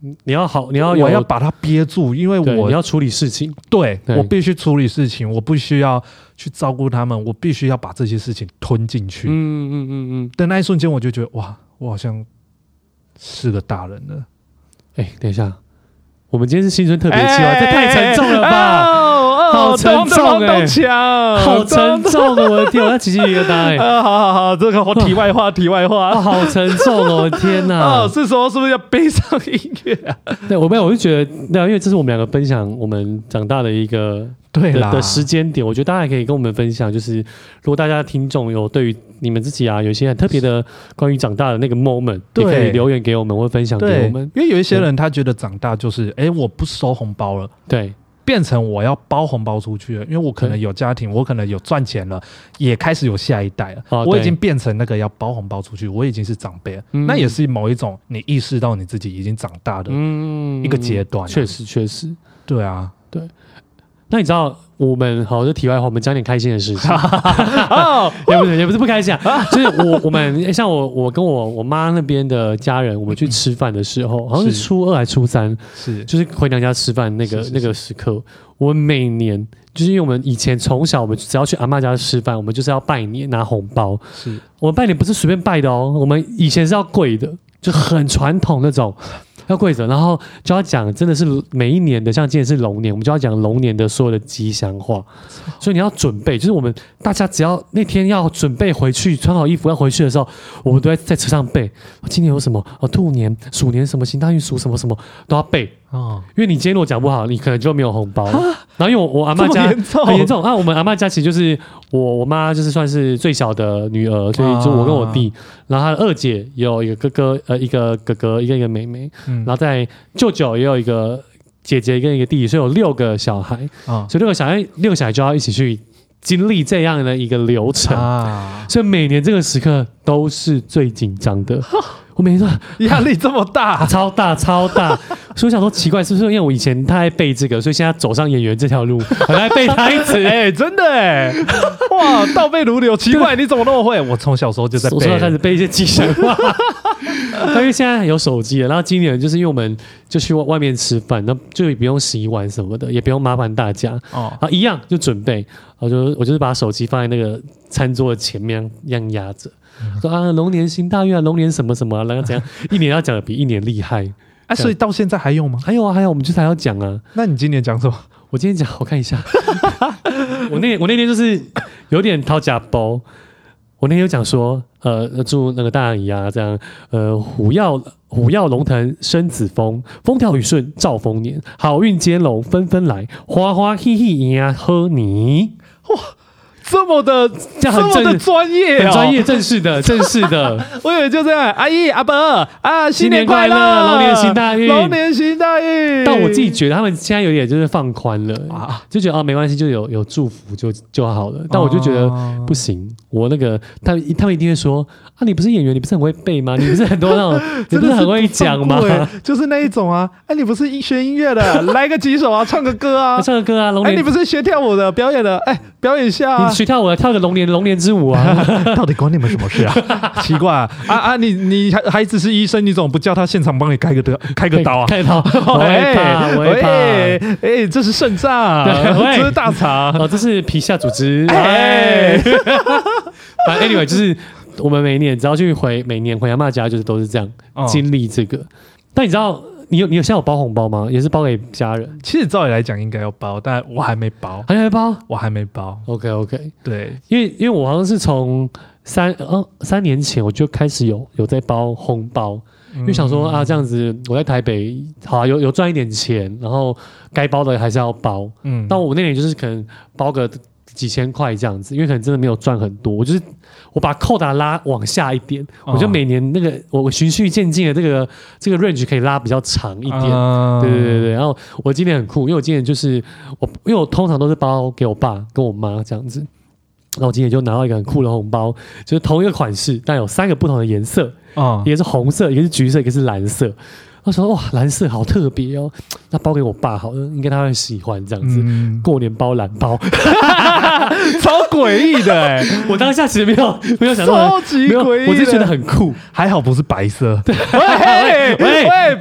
S2: 你要好，你要有
S1: 我要把它憋住，因为
S2: 对你
S1: 我嗯
S2: 要处理事情，
S1: 对
S2: 对
S1: 我必须处理事情，我必须要去照顾他们，我必须要把这些事情吞进
S2: 嗯
S1: 去。
S2: 嗯嗯嗯嗯，
S1: 的那一瞬间，我就觉得哇，我好像是个大人了。
S2: 哎，等一下，我们今天是新春特别
S1: 哎
S2: 计划，这太沉重了吧？
S1: 吧
S2: 好沉重哎
S1: 哎
S2: 好沉重哦！我的
S1: [LAUGHS]
S2: 天，我要起鸡皮疙瘩哎！
S1: 啊！好好好，这个我题外话，题外
S2: 啊，
S1: 话。
S2: 好沉重哦！我的天哪
S1: [LAUGHS] 哦，！是说是不是要悲伤音乐啊？
S2: 对，我没有，我就觉得，对啊，因为这是我们两个分享我们长大的一个
S1: 对
S2: 的
S1: 啦，
S2: 的时间点，我觉得大家也可以跟我们分享，就是如果大家听众有对于你们自己啊有一些很特别的关于长大的那个 moment，
S1: 对
S2: 也可以留言给我们，或分享给
S1: 对
S2: 我们，。
S1: 因为有一些人他觉得长大就是，哎、我不收红包了，
S2: 对，
S1: 变成我要包红包出去了，因为我可能有家庭，我可能有赚钱了，也开始有下一代了，
S2: 哦
S1: 我已
S2: 对
S1: 经变成那个要包红包出去，我已经是长辈了，
S2: 嗯
S1: 那也是某一种你意识到你自己已经长大的
S2: 嗯
S1: 一个阶段、啊
S2: 确，实确实。
S1: 对啊，
S2: 那你知道我们好，就题外话，我们讲点开心的事情，
S1: [LAUGHS] 哦，
S2: [LAUGHS] 也不是也不是不开心啊，就是我我们像我我跟我我妈那边的家人，我们去吃饭的时候，好像是
S1: 是
S2: 初二还初三，
S1: 是
S2: 就是回娘家吃饭那
S1: 是
S2: 个
S1: 是是
S2: 那个时刻，我每年就是因为我们以前从小我们只要去阿妈家吃饭，我们就是要拜年拿红包。
S1: 是，
S2: 我们拜年不是随便拜的哦，我们以前是要跪的，就很传统那种。要跪着，然后就要讲，真的是每一年的，像今年是龙年，我们就要讲龙年的所有的吉祥话，所以你要准备，就是我们大家只要那天要准备回去，穿好衣服要回去的时候，我们都在在车上背，哦今年有什么哦，兔年、鼠年什么行大运、鼠什么什么都要背，
S1: 哦，
S2: 因为你今天如果讲不好，你可能就没有红包了。然后因为我我阿妈
S1: 啊这么
S2: 啊家
S1: 严重
S2: 很严重啊，我们阿妈家其实就是我我妈就是算是最小的女儿，所以就我跟
S1: 啊
S2: 我弟，然后她的二姐也有一个哥哥，呃，一个哥哥，一个一个妹妹，
S1: 嗯
S2: 然后在舅舅也有一个姐姐跟一个弟弟，所以有六个小孩，
S1: 啊
S2: 所以六个小孩六个小孩就要一起去经历这样的一个流程，
S1: 啊，
S2: 所以每年这个时刻都是最紧张的。 [LAUGHS] 我每天都啊
S1: 压力这么
S2: [LAUGHS]
S1: 大，
S2: 超大超大，所以我想说奇怪，是不是因为我以前太爱背这个，所以现在走上演员这条路，很爱背台词。
S1: 哎、真的哎、哇，倒背如流，奇怪，你怎么那么会？我从小时候就在
S2: 我说要
S1: 背，
S2: 开始背一些吉祥话， [LAUGHS] 但因为现在有手机了，然后今年就是因为我们就去外面吃饭，那就也不用洗碗什么的，也不用麻烦大家，
S1: 哦，
S2: 啊，一样就准备，我就我就是把手机放在那个餐桌的前面，一样压着，说啊龙年行大运啊，龙年什么什么、啊，然后怎样，一年要讲的比一年厉害。
S1: 哎、所以到现在还 [LAUGHS] 用吗？
S2: 还有啊，还有，我们就是还要讲啊，
S1: 那你今年讲什么？
S2: 我今天讲，我看一下， [LAUGHS] 我那我那天就是有点掏假包，我那天有讲说，呃，祝那个大姨啊，这样，呃，虎耀虎耀龙腾生子风，风调雨顺兆丰年，好运接龙纷纷来，花花嘿嘿呀啊喝你，
S1: 这么的，
S2: 这
S1: 这
S2: 样很
S1: 么
S2: 正
S1: 的哦专业、
S2: 很专业，。正式的，正式
S1: [LAUGHS]
S2: 的，
S1: 我以为就这样，阿姨、阿伯啊，新
S2: 年
S1: 快
S2: 快乐龙年行大运
S1: 龙年行大运。
S2: 但我自己觉得他们现在有点就是放宽了
S1: 啊
S2: 就觉得啊没关系，就有有祝福就就好了。但我就觉得
S1: 哦
S2: 不行，我那个他们他们一定会说啊，你不是演员，你不是很会背吗？你不是很多那种，
S1: [LAUGHS]
S2: 你
S1: 真
S2: 不
S1: 的
S2: 是很会讲吗
S1: 不？放过欸就是那一种啊，哎，你不是学音乐 [LAUGHS] 的，来个几首啊，唱个歌啊
S2: 啊。 [LAUGHS] 唱个歌啊，龙
S1: 哎，
S2: 年，
S1: 你不是学跳舞的，表演的，哎，表演一下啊
S2: 你。
S1: [LAUGHS]
S2: 学跳舞啊，跳个龙年龙年之舞啊，
S1: 到底关你们什么事啊？ [LAUGHS] 奇怪啊啊啊！你你孩孩子是医生，你怎么不叫他现场帮你开个刀开个刀啊？
S2: [LAUGHS]
S1: [LAUGHS]
S2: 开刀，我会怕，我
S1: 哎
S2: 会怕。
S1: 哎哎，这是肾脏，
S2: 对喂
S1: 这是大肠，
S2: 哦，这是皮下组织，
S1: 哎
S2: 哎， [LAUGHS] 反正 anyway 就是我们每年只要去回每年回阿妈家，就是都是这样、
S1: 哦
S2: 经历这个。但你知道，你有你有现在有包红包吗？也是包给家人，
S1: 其实照理来讲应该要包，但我还没哎包，
S2: 还有包
S1: 我还没包。
S2: ？OK OK，
S1: 对，
S2: 因为因为我好像是从三呃三年前我就开始有有在包红包，
S1: 嗯
S2: 因为想说啊这样子我在台北好、啊、有有赚一点钱，然后该包的还是要包。
S1: 嗯
S2: 但我那年就是可能包个几千块这样子，因为可能真的没有赚很多，我就是我把扣打拉往下一点，
S1: 哦
S2: 我觉得每年那个我循序渐进的这个这个 range 可以拉比较长一点。
S1: 啊
S2: 对对对对，然后我今年很酷，因为我今年就是我，因为我通常都是包给我爸跟我妈这样子，然后我今年就拿到一个很酷的红包，就是同一个款式，但有三个不同的颜色，
S1: 啊
S2: 一个是红色，一个是橘色，一个是蓝色。我说哇，蓝色好特别哦，那包给我爸好了，应该他会喜欢这样子。
S1: 嗯，
S2: 过年包蓝包， [LAUGHS]
S1: 超诡异的哎，
S2: 我当下其实没有没有想到，
S1: 超级
S2: 没有，
S1: 诡异的，
S2: 我就觉得很酷。
S1: 还好不是白色。
S2: 喂
S1: 喂
S2: 喂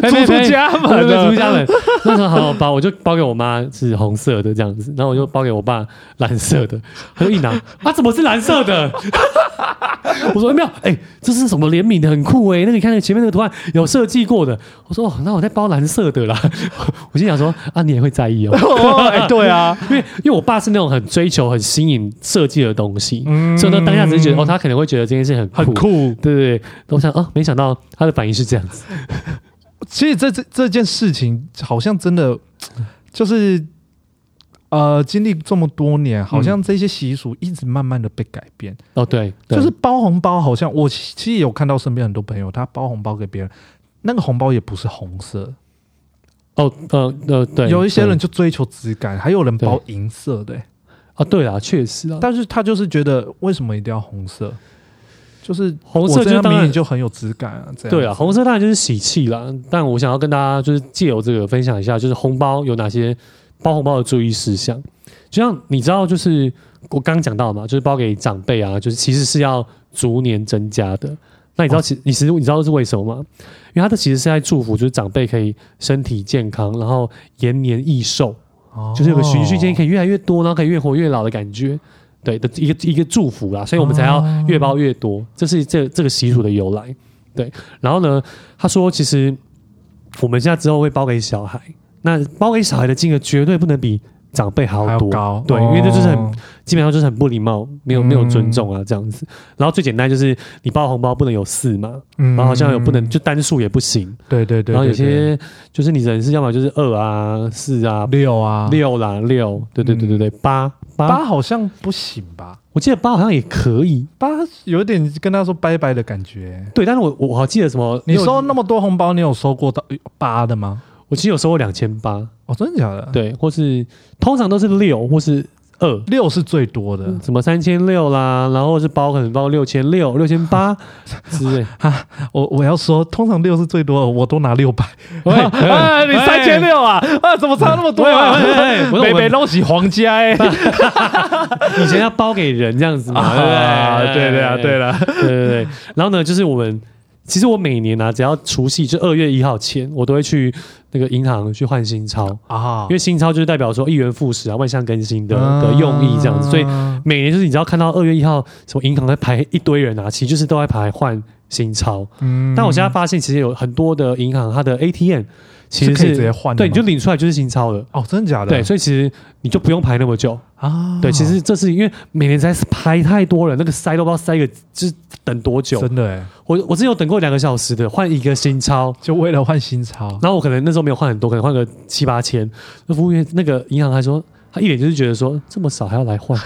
S1: 被逐出家门
S2: 对逐出
S1: 了。
S2: 家门。那时候好好包，我就包给我妈是红色的这样子，然后我就包给我爸蓝色的，他就一拿，啊，怎么是蓝色的？ [LAUGHS] 我说、哎没有，哎、这是什么联名的，很酷哎、那个你看那个前面那个图案有设计过的。我说哦，那我在包蓝色的啦。 [LAUGHS] 我心想说啊，你也会在意哦。
S1: 哦，哎，对啊，
S2: 因为因为我爸是那种很追求、很新颖设计的东西，
S1: 嗯
S2: 所以呢，当下只是觉得哦，他可能会觉得这件事很酷，
S1: 很酷。
S2: 对对对。我想哦，没想到他的反应是这样子，
S1: 其实这这这件事情好像真的就是。呃，经历这么多年，好像这些习俗一直慢慢的被改变。
S2: 哦，对，对
S1: 就是包红包，好像我其其实有看到身边很多朋友，他包红包给别人，那个红包也不是红色，
S2: 哦，呃呃，对，
S1: 有一些人
S2: 对
S1: 就追求质感，还有人包银色的、欸
S2: 啊，对啦，确实啊，
S1: 但是他就是觉得为什么一定要红色？就是
S2: 红色
S1: 我这
S2: 就
S1: 样
S2: 当
S1: 明
S2: 然
S1: 明就很有质感啊，这样
S2: 对啊，红色当然就是喜气啦。但我想要跟大家就是借由这个分享一下，就是红包有哪些包红包的注意事项。就像你知道，就是我刚刚讲到嘛，就是包给长辈啊，就是其实是要逐年增加的。那你
S1: 哦
S2: 知道其你其实你知道是为什么吗？因为它的其实是在祝福，就是长辈可以身体健康，然后延年益寿，
S1: 哦
S2: 就是有个循序渐进，可以越来越多，然后可以越活越老的感觉。对的一个一个祝福啦，所以我们才要
S1: 哦
S2: 越包越多，这是这这个习俗的由来。对，然后呢，他说其实我们现在之后会包给小孩，那包给小孩的金额绝对不能比长辈还
S1: 还
S2: 要
S1: 要
S2: 多，
S1: 高，
S2: 对，因为这就是很
S1: 哦
S2: 基本上就是很不礼貌，没有
S1: 嗯
S2: 没有尊重啊这样子。然后最简单就是你包红包不能有四嘛，
S1: 嗯
S2: 然后好像有不能就单数也不行，
S1: 对对对，
S2: 然后有
S1: 对对
S2: 些就是你人是要么就是二啊四啊
S1: 六啊嗯
S2: 六啊啦六，对对对对对八
S1: 八
S2: 八，
S1: 好像不行吧？
S2: 我记得八好像也可以，
S1: 八有点跟他说拜拜的感觉。
S2: 对，但是我我好记得什么，
S1: 你
S2: 因为
S1: 收那么多红包，你有收过到八的吗？
S2: 我其实有收过两千八，
S1: 哦，真的假的？，
S2: 对，或是通常都是六或是二。
S1: 六是最多的。
S2: 什么三千六啦，然后是包可能包六千六、六千
S1: [LAUGHS]
S2: 八之类。
S1: 我我要说，通常六是最多的，我都拿六百。 [LAUGHS]
S2: 喂
S1: 啊，你
S2: 喂
S1: 三千六啊？ [LAUGHS] 啊，怎么差那么多
S2: 喂喂喂
S1: 啊？
S2: 喂不是
S1: 北
S2: 我们
S1: 北东西皇家
S2: [LAUGHS]
S1: 哎，
S2: 以前要包给人这样
S1: [LAUGHS]
S2: 子嘛，
S1: 啊，对对啊，对
S2: 了，
S1: 了，
S2: 对对对。然后呢，就是我们其实我每年啊，只要除夕就二月一号前，我都会去那个银行去换新钞，
S1: 啊
S2: 因为新钞就是代表说一元复始啊，万象更新的的用意这样子。所以每年就是你只要看到二月一号，什么银行在排一堆人啊，其实就是都在排换新钞。
S1: 嗯
S2: 但我现在发现，其实有很多的银行它的 ATM 其实
S1: 是可以直接换的吗
S2: 对，你就领出来就是新钞了。
S1: 哦，真的假的？
S2: 对，所以其实你就不用排那么久。
S1: 啊，
S2: 对，其实这是因为每年才排太多人，那个塞都不知道塞个就是等多久。
S1: 真的哎，
S2: 我我之前有等过两个小时的，换一个新钞，
S1: 就为了换新钞，
S2: 然后我可能那时候没有换很多，可能换个七八千。那服务员那个银行还说。他一脸就是觉得说这么少还要来换，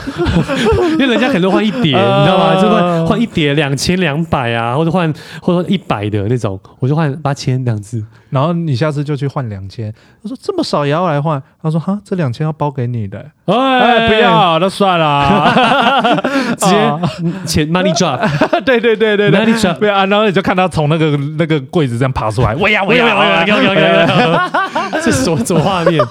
S2: [LAUGHS] 因为人家可能都换一
S1: [LAUGHS]
S2: 叠，你知道
S1: 啊
S2: 吗？就换换一叠两千两百啊，或者换或者一百的那种，我就换八千这样子。
S1: 然后你下次就去换两千。他说这么少也要来换，他说哈，这两千要包给你的。哎，不，要，那算了啊。
S2: 直接钱 money drop，
S1: [LAUGHS] 对对对对
S2: 哪里想
S1: 对，不要啊。然后你就看他从那个那个柜子这样爬出来，我 [LAUGHS] 哎要，我要，我要，
S2: 要要要要，这 [LAUGHS] 是什么什么画面？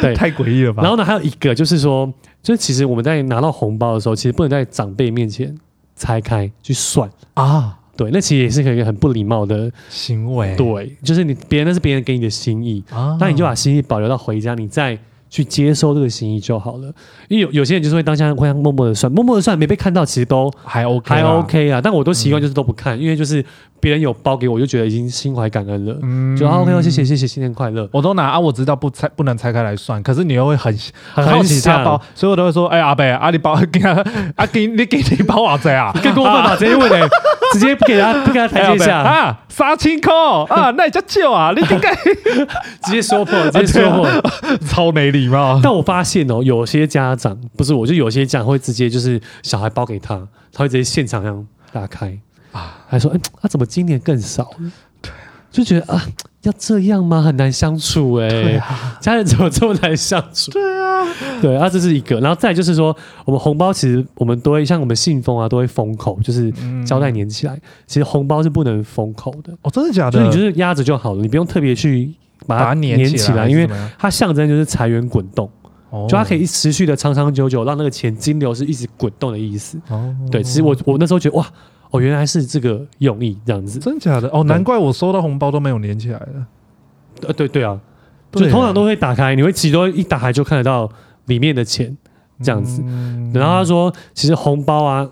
S2: 对，
S1: 哎太诡异了吧？
S2: 然后呢，还有一个就是说，就是其实我们在拿到红包的时候，其实不能在长辈面前拆开去算，
S1: 啊，
S2: 对，那其实也是一个很不礼貌的，
S1: 行为
S2: 对，就是你别人那是别人给你的心意，
S1: 啊
S2: 那你就把心意保留到回家，你再。去接收这个心意就好了，因为有有些人就是会当下会默默的算，默默的算，没被看到，其实都
S1: 还 OK，
S2: 还
S1: 啦嗯
S2: OK 啊。但我都习惯就是都不看，因为就是别人有包给我，我就觉得已经心怀感恩了，
S1: 嗯
S2: 就啊 OK，哦谢谢谢谢，新年快乐。
S1: 我都拿啊，我知道不拆不能拆开来算，可是你又会很
S2: 很
S1: 好奇
S2: 很
S1: 他
S2: 想
S1: 包，所以我都会说，哎、阿伯，啊你包 [LAUGHS] 给他，啊给你给你包啊这
S2: [LAUGHS]
S1: 啊，
S2: 更过分
S1: [LAUGHS]
S2: 吧，直接问嘞，直接不给他不给他
S1: 哎
S2: 台阶
S1: 阿伯
S2: 下，
S1: 啊，三千块 [LAUGHS] 啊，那也叫旧啊，你 [LAUGHS] 应该
S2: 直接说破，直接说
S1: 啊
S2: [LAUGHS] 破。
S1: 超没礼貌。
S2: [LAUGHS] 但我发现哦，有些家长不是我，就有些家长会直接就是小孩包给他，他会直接现场这样打开啊，还说哎，他、怎么今年更少了？就觉得啊，要这样吗？很难相处哎、
S1: 啊
S2: 家人怎么这么难相
S1: [LAUGHS]
S2: 处？对啊，对啊，这是一个。然后再来就是说，我们红包其实我们都会像我们信封啊，都会封口，就是
S1: 嗯
S2: 胶带粘起来。其实红包是不能封口的，
S1: 哦，真的假的？
S2: 所以你就是压着就好了，你不用特别去把
S1: 把它
S2: 它
S1: 粘
S2: 粘
S1: 起
S2: 起
S1: 来
S2: 来，
S1: 还是
S2: 因为
S1: 怎么样
S2: 它象征就是财源滚动，
S1: 哦
S2: 就它可以持续的长长久久，让那个钱金流是一直滚动的意思。
S1: 哦，
S2: 对，其实我我那时候觉得哇，哦，原来是这个用意这样子。
S1: 真假的哦，难怪我收到红包都没有粘起来了。
S2: 呃，对对啊，就
S1: 对
S2: 通常都会打开，你会其实都会一打开就看得到里面的钱这样子。
S1: 嗯
S2: 然后他说，其实红包啊，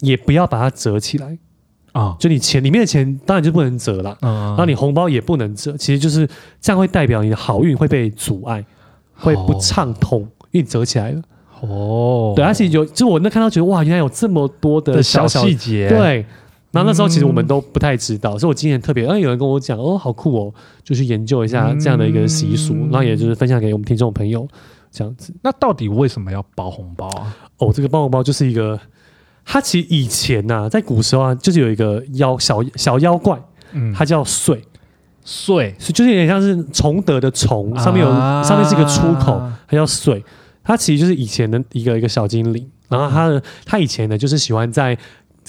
S2: 也不要把它折起来，
S1: 啊，
S2: 就你钱里面的钱当然就不能折啦。
S1: 嗯，
S2: 然后你红包也不能折，其实就是这样会代表你的好运会被阻碍，会不畅通，因为你折起来了。
S1: 哦，
S2: 对，而且有，就我那看到觉得哇，原来有这么多的
S1: 的小
S2: 小
S1: 细节，，
S2: 对。然后那时候其实我们都不太知道，所以我今年特别，哎，有人跟我讲，哦，好酷哦，就去研究一下这样的一个习俗，
S1: 嗯
S2: 然后也就是分享给我们听众朋友这样子。
S1: 那到底为什么要包红包啊？
S2: 哦，这个包红包就是一个，它其实以前呐、在古时候啊，就是有一个妖小小妖怪，
S1: 嗯，
S2: 它叫祟，
S1: 税
S2: 所以就是有点像是崇德的崇，上面有、
S1: 啊
S2: 上面是一个出口，它叫水，它其实就是以前的一个一个小精灵。然后它的它以前呢，就是喜欢在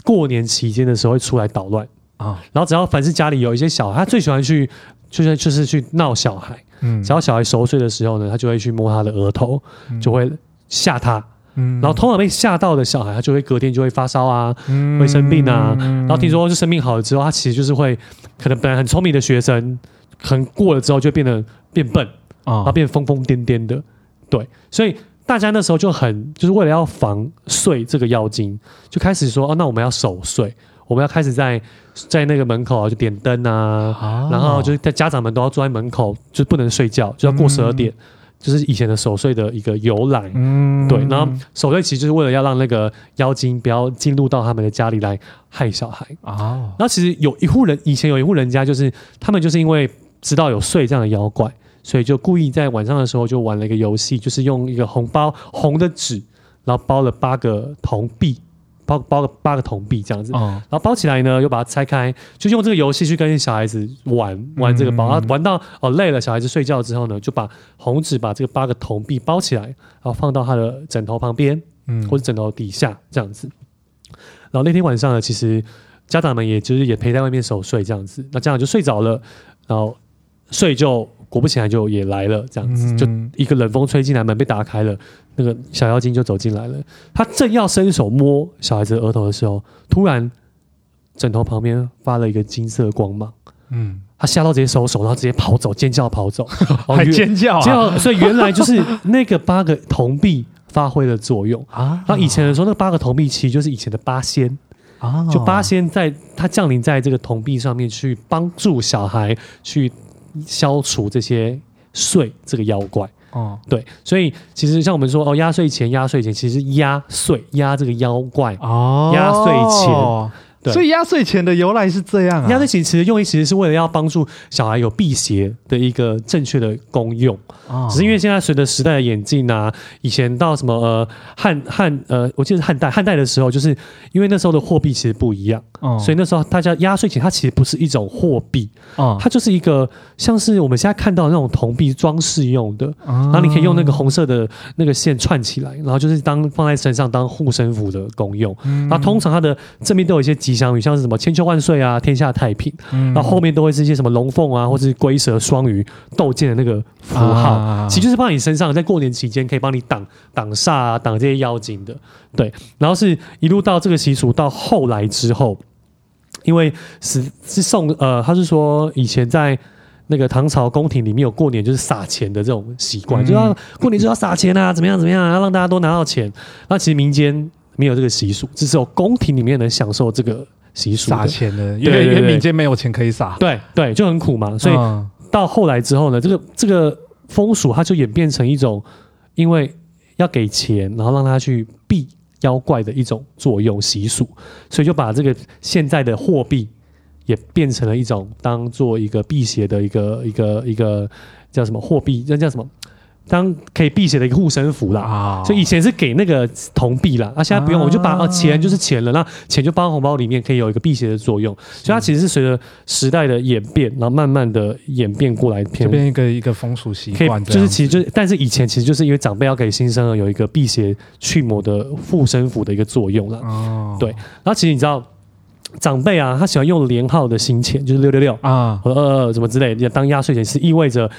S2: 过年期间的时候会出来捣乱，
S1: 啊，
S2: 然后只要凡是家里有一些小孩，它最喜欢去就是就是去闹小孩。
S1: 嗯
S2: 只要小孩熟睡的时候呢，它就会去摸他的额头，就会吓他。
S1: 嗯
S2: 然后通常被吓到的小孩，他就会隔天就会发烧啊，
S1: 嗯
S2: 会生病啊。然后听说就生病好了之后，他其实就是会，可能本来很聪明的学生，可能过了之后就变得变笨，然后
S1: 啊，
S2: 变疯疯癫癫的。对，所以大家那时候就很，就是为了要防睡这个妖精，就开始说哦，那我们要守岁，我们要开始在在那个门口啊，就点灯啊，
S1: 哦
S2: 然后就是在家长们都要坐在门口，就不能睡觉，就要过十二点，就是以前的守岁的一个由来。
S1: 嗯
S2: 对，然后守岁其实就是为了要让那个妖精不要进入到他们的家里来害小孩。
S1: 哦，
S2: 然后其实有一户人，以前有一户人家，就是他们就是因为知道有睡这样的妖怪，所以就故意在晚上的时候就玩了一个游戏，就是用一个红包红的纸，然后包了八个铜币，包包个八个铜币这样子。
S1: 哦，
S2: 然后包起来呢，又把它拆开，就用这个游戏去跟小孩子玩玩这个包，
S1: 嗯
S2: 然后玩到哦累了，小孩子睡觉之后呢，就把红纸把这个八个铜币包起来，然后放到他的枕头旁边，
S1: 嗯
S2: 或者枕头底下这样子。然后那天晚上呢，其实家长们也就是也陪在外面守睡这样子，那家长就睡着了，然后睡就果不其然就也来了这样子，就
S1: 嗯
S2: 一个冷风吹进来，门被打开了，那个小妖精就走进来了。他正要伸手摸小孩子的额头的时候，突然枕头旁边发了一个金色的光芒，
S1: 嗯，
S2: 他吓到直接收手，然后直接跑走，尖叫跑
S1: [LAUGHS]
S2: 走，哦
S1: 还
S2: 原
S1: 尖叫
S2: 结
S1: 啊
S2: 果，所以原来就是那个八个铜币发挥了作用。
S1: 啊
S2: 然后以前的时候，那个八个铜币其实就是以前的八仙，
S1: 啊
S2: 就八仙在它降临在这个铜币上面，去帮助小孩去消除这些祟这个妖怪。
S1: 哦，
S2: 对，所以其实像我们说哦，压岁钱，压岁钱，其实压岁压这个妖怪，
S1: 哦，
S2: 压岁钱对
S1: 所以压岁钱的由来是这样啊，
S2: 压岁钱其实用意其实是为了要帮助小孩有辟邪的一个正确的功用。
S1: 哦
S2: 只是因为现在随着时代的演进啊，以前到什么呃汉汉呃，我记得是汉代，汉代的时候，就是因为那时候的货币其实不一样，
S1: 哦
S2: 所以那时候大家压岁钱它其实不是一种货币，
S1: 哦，
S2: 它就是一个像是我们现在看到的那种铜币装饰用的，
S1: 啊
S2: 然后你可以用那个红色的那个线串起来，然后就是当放在身上当护身符的功用。
S1: 嗯，
S2: 然后通常它的正面都有一些吉祥语，像是什么千秋万岁啊、天下太平，
S1: 嗯
S2: 然后后面都会是一些什么龙凤啊，或者是龟蛇双鱼斗剑的那个符号，
S1: 啊
S2: 其实就是帮你身上在过年期间可以帮你挡挡煞啊、挡这些妖精的。对，然后是一路到这个习俗到后来之后，因为是是送呃，他是说以前在。那个唐朝宫廷里面有过年就是撒钱的这种习惯，
S1: 嗯
S2: 就要过年就要撒钱啊，怎么样怎么样、啊，要让大家都拿到钱。那其实民间没有这个习俗，只是有宫廷里面能享受这个习俗的。
S1: 撒钱的，因
S2: 对
S1: 为
S2: 对
S1: 因为
S2: 对
S1: 民间没有钱可以撒，
S2: 对对，就很苦嘛。所以
S1: 嗯
S2: 到后来之后呢，这个这个风俗它就演变成一种，因为要给钱，然后让他去避妖怪的一种作用习俗，所以就把这个现在的货币也变成了一种当做一个辟邪的一个一个一个叫什么货币，那叫什么？当可以辟邪的一个护身符啦。
S1: 啊
S2: 所以以前是给那个铜币啦，那、现在不用，
S1: 啊
S2: 我就把啊钱就是钱了，那钱就包红包里面，可以有一个辟邪的作用。所以它其实是随着时代的演变，然后慢慢的演变过来
S1: 这
S2: 偏。
S1: 边一个一个风俗习
S2: 可以，
S1: 惯这样子，
S2: 就是其实就是，但是以前其实就是因为长辈要给新生儿有一个辟邪去魔的护身符的一个作用啦。
S1: 哦
S2: 对然后其实你知道，长辈啊，他喜欢用连号的新钱，就是六六六、
S1: 啊，
S2: 和二呃二什么之类的，当压岁钱是意味着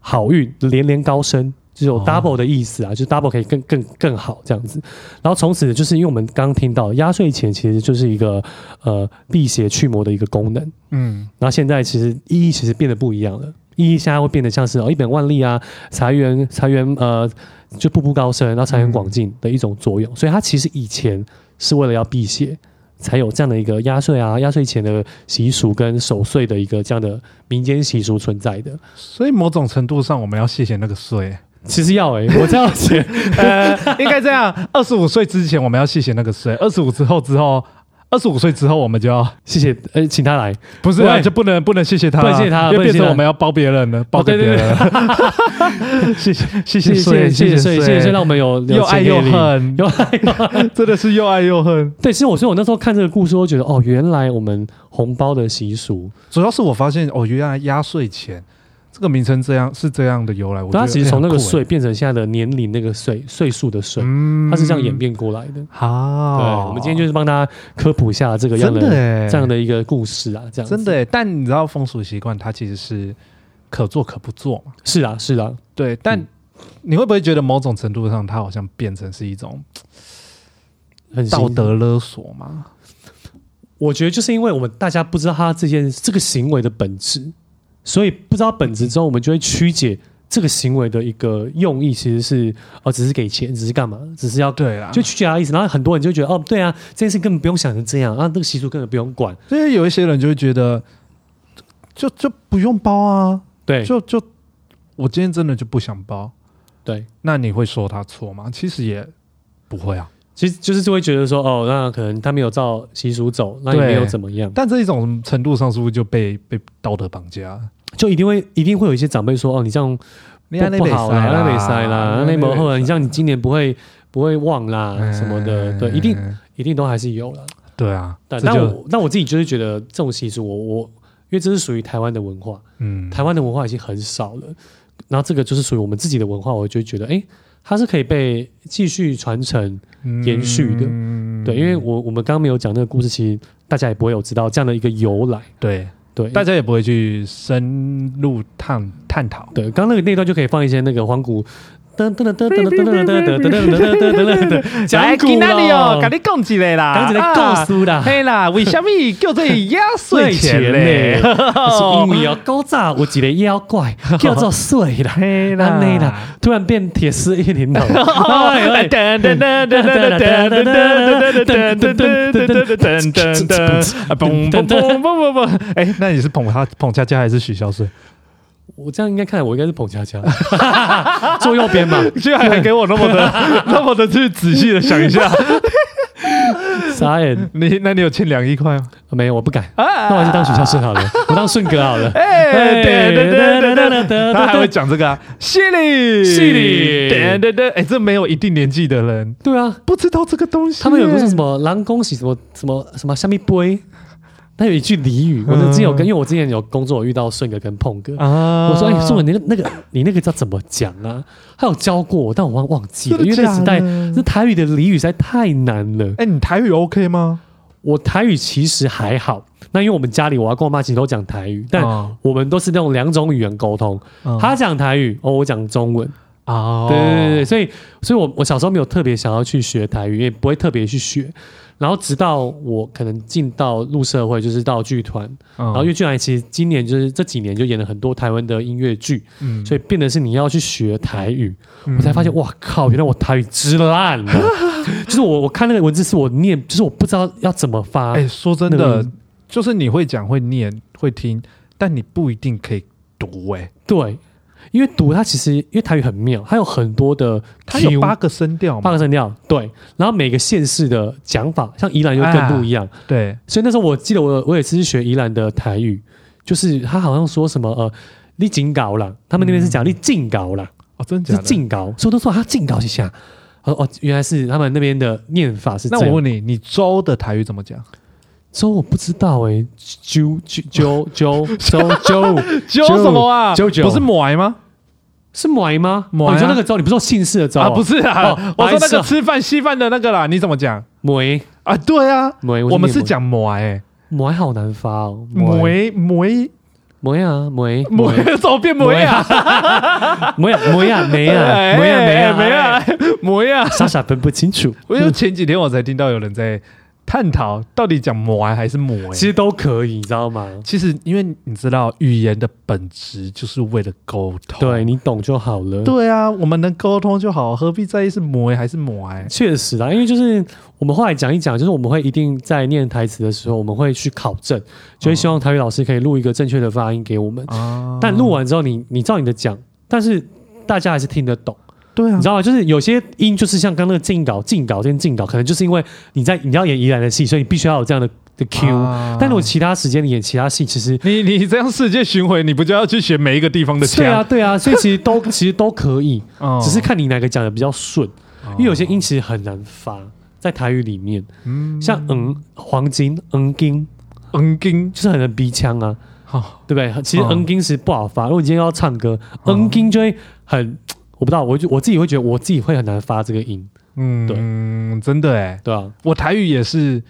S2: 好运连连高升，就是有
S1: 哦
S2: double 的意思啊，就是 double 可以更更更好这样子。然后从此就是因为我们刚刚听到压岁钱其实就是一个呃辟邪去魔的一个功能，
S1: 嗯
S2: 然后现在其实意义其实变得不一样了，意义现在会变得像是哦一本万利啊，财源财源呃就步步高升，然后财源广进的一种作用，所以它其实以前是为了要避邪。才有这样的一个压岁啊、压岁钱的习俗跟守岁的一个这样的民间习俗存在的，
S1: 所以某种程度上，我们要谢谢那个
S2: [LAUGHS]
S1: 税，
S2: 其实要诶、欸我这样写，
S1: 呃，应该这样，二十五岁之前我们要谢谢那个税，二十五之后之后，二十五岁之后我们就要
S2: 谢谢，呃，请他来，
S1: 不是、啊、
S2: 对
S1: 就不能不能谢谢他，哦
S2: 不能谢谢他
S1: 因
S2: 不
S1: 为
S2: 能谢
S1: 变
S2: 谢
S1: 成
S2: 他
S1: 我们要包别人了，包给别
S2: 对对
S1: 人了。 [LAUGHS] 谢谢谢谢
S2: 谢谢
S1: 税
S2: 谢谢谢谢谢谢，让我们有
S1: 又爱又，恨，
S2: 有 [LAUGHS] 钱给力有爱又恨。
S1: 真的是又爱又恨。
S2: 对，其实我所以我那时候看这个故事，我觉得哦，原来我们红包的习俗，
S1: 主要是我发现哦，原来压岁钱这个名称这样是这样的由来，我觉
S2: 它
S1: 得
S2: 啊其实从那个，
S1: 哎
S2: 岁变成现在的年龄那个岁岁数的岁
S1: 很酷哎，嗯
S2: 它是这样演。变过来的。
S1: 好、
S2: 对，我们今天就是帮大家科普一下这个样
S1: 真的
S2: 的
S1: 哎，
S2: 这样的一个故事啊，这样子
S1: 真的哎，但你知道风俗习惯它其实是可做可不做嘛？
S2: 是啊是啊，
S1: 对，但。
S2: 嗯
S1: 你会不会觉得某种程度上，它好像变成是一种
S2: 很新
S1: 道。德勒索嘛？
S2: 我觉得就是因为我们大家不知道它这件这个行为的本质，所以不知道本质之后，我们就会曲解这个行为的一个用意其实是哦，只是给钱，只是干嘛，只是要
S1: 对啦，
S2: 就曲解他的意思。然后很多人就觉得哦，对啊，这件事根本不用想成这样啊，那个习俗根本不用管。
S1: 所以有一些人就会觉得，就就不用包啊，
S2: 对
S1: 就就我今天真的就不想包，
S2: 对，
S1: 那你会说他错吗？其实也不会啊，
S2: 其实就是就会觉得说哦，那可能他没有照习俗走，那也
S1: 对
S2: 没有怎么样，
S1: 但这一种程度上是不是就被被道德绑架？
S2: 就一定会一定会有一些长辈说哦，你这样
S1: 不
S2: 不不好啦，那没塞嗯啦，那没后
S1: 你
S2: 你像你今年不会不会忘啦什么的，对，一定一定都还是有啦。
S1: 哎对啊，
S2: 但
S1: 这
S2: 但
S1: 就
S2: 我但我自己就是觉得这种习俗，我我因为这是属于台湾的文化，
S1: 嗯，
S2: 台湾的文化已经很少了，然后这个就是属于我们自己的文化，我就觉得哎、诶它是可以被继续传承，延续的
S1: 嗯
S2: 对，因为我我们刚刚没有讲那个故事，其实大家也不会有知道这样的一个由来，
S1: 对
S2: 对，
S1: 大家也不会去深入探探讨。
S2: 对，刚刚那个那段就可以放一些那个黄鼓。噔噔噔噔噔噔噔噔噔噔噔噔噔噔噔，讲古
S1: 那里哦，
S2: 了
S1: 赶，紧讲一个啦，
S2: 刚才在告诉啦，
S1: 嘿啦，为什么叫做压岁钱嘞？
S2: 是因为啊，高炸有一个妖怪叫做水啦，
S1: 嘿啦，
S2: 安内啦，突然变铁丝一零头，哎哎
S1: 噔噔噔噔噔噔噔噔噔噔噔噔噔噔噔噔，啊嘣嘣嘣嘣嘣嘣！哎，那你是捧他捧佳佳还是许孝顺？
S2: 我这样应该看来我应该是捧恰恰，坐右边嘛，
S1: 居然还给我那么的那么的去仔细的想一下，
S2: 傻眼，
S1: 你那你有欠两亿块吗？
S2: 没有我不敢，那我还是当许孝顺好了，我当顺哥好了，
S1: 哎，对对对对对对，他还会讲这个啊，谢礼
S2: 谢礼
S1: 对对对，哎，这没有一定年纪的人
S2: 对啊，
S1: 不知道这个东西，
S2: 他们有个是什？么狼恭喜什么什么什么下面杯，他有一句俚语，我之前有跟，因为我之前有工作有遇到顺哥跟碰哥，
S1: 啊
S2: 我说：“哎、宋文，你那个那个，你那个叫怎么讲啊？”他有教过我，但我忘忘记了，
S1: 真
S2: 因
S1: 的
S2: 为那个时
S1: 假的
S2: 代那台语的俚语实在太难了。
S1: 哎、你台语 OK 吗？
S2: 我台语其实还好，那因为我们家里我阿公我妈其实都讲台语，但
S1: 哦
S2: 我们都是那种两种语言沟通，他讲台语，哦，我讲中文。
S1: 啊，
S2: 对对对对，所以所以我我小时候没有特别想要去学台语，也不会特别去学。然后直到我可能进到入社会，就是到剧团，
S1: 嗯，
S2: 然后因为剧团其实今年就是这几年就演了很多台湾的音乐剧，
S1: 嗯
S2: 所以变得是你要去学台语，
S1: 嗯
S2: 我才发现，哇靠，原来我台语之烂了。就是我我看那个文字是我念，就是我不知道要怎么发。
S1: 哎、说真
S2: 那
S1: 的
S2: 个，
S1: 就是你会讲、会念、会听，但你不一定可以读、哎，
S2: 对，因为读它其实因为台语很妙，它有很多的 Q,
S1: 它有八个声调
S2: 八
S1: 嘛？
S2: 个声调，对，然后每个县市的讲法，像宜兰又更
S1: 啊
S2: 不一样。
S1: 对，
S2: 所以那时候我记得我我有一次是学宜兰的台语，就是他好像说什么呃。你进搞啦，他们那边是讲你进搞啦，
S1: 哦，真的
S2: 是
S1: 假的？
S2: 进搞，所以我都说他进搞一下。哦哦，原来是他们那边的念法是这
S1: 那
S2: 样。
S1: 我问你，你周的台语怎么讲？
S2: 周我不知道哎、周周
S1: [LAUGHS]
S2: 周周
S1: 哦
S2: 周
S1: 周什么啊？
S2: 周周
S1: 不是买吗？
S2: 是买吗？
S1: 买啊
S2: 哦你说那个周，你不是说姓氏的周、
S1: 啊，不是啊，
S2: 哦
S1: 我说
S2: 白
S1: 那
S2: 色
S1: 个吃饭稀饭的那个啦，你怎么讲
S2: 梅
S1: 啊？对啊，
S2: 梅，
S1: 我们是
S2: 念
S1: 讲买、哎，
S2: 梅梅好难发哦，
S1: 梅
S2: 梅
S1: 梅
S2: 梅啊梅
S1: 梅， [LAUGHS] 怎么变梅啊？
S2: 梅啊梅啊梅
S1: [LAUGHS] 哎
S2: 啊梅啊梅啊
S1: 梅啊，梅啊！
S2: 傻傻分不清楚，
S1: 我有前几天我才听到有人在探讨到底讲母癌还是母癌。
S2: 其实都可以，你知道吗？
S1: 其实因为你知道语言的本质就是为了沟通。
S2: 对你懂就好了。
S1: 对啊，我们能沟通就好，何必在意是母癌还是母癌？
S2: 确实啊啦，因为就是我们后来讲一讲，就是我们会一定在念台词的时候，我们会去考证，就会希望台语老师可以录一个正确的发音给我们。
S1: [LAUGHS] 啊，
S2: 但录完之后你，你照你的讲，但是大家还是听得懂，
S1: 对啊
S2: 你知，道吗？就是有些音就是像刚刚那个进稿、进稿跟进稿，可能就是因为你在你要演宜兰的戏，所以你必须要有这样的的 Q、
S1: 啊
S2: 但如果其他时间你演其他戏，其实
S1: 你你这样世界巡回，你不就要去学每一个地方的
S2: 对啊
S1: 腔？
S2: [LAUGHS] 对啊，所以其实都其实都可以，
S1: 哦
S2: 只是看你哪个讲的比较顺。
S1: 哦
S2: 因为有些音其实很难发，在台语里面，
S1: 嗯
S2: 像嗯黄金嗯金
S1: 嗯经
S2: 就是很难鼻腔啊，
S1: 好
S2: 对不对？其实
S1: 哦
S2: 嗯金是不好发，如果你今天要唱歌，嗯金就会很，我不知道，我就我自己会觉得我自己会很难发这个音，
S1: 嗯，真的哎，
S2: 对啊，
S1: 我台语也是。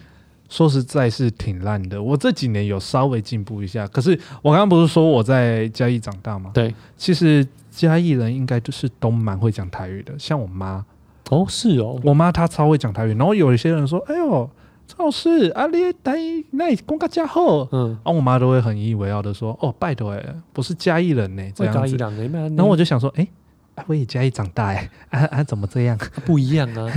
S1: 说实在是挺烂的，我这几年有稍微进步一下，可是我刚刚不是说我在嘉义长大吗？
S2: 对，
S1: 其实嘉义人应该就是都蛮会讲台语的，像我妈，
S2: 哦是哦，
S1: 我妈她超会讲台语。然后有一些人说：“哎呦，赵氏阿列呆奈公家家后，
S2: 嗯，
S1: 啊，我妈都会很引以为傲的说，哦，拜托哎，不是嘉义人呢，这
S2: 会
S1: 样
S2: 加一
S1: 子。
S2: 两个，然
S1: 然后我就想说，哎、啊我也嘉义长大哎，啊啊，怎么这样？
S2: 不一样
S1: [LAUGHS]
S2: 啊！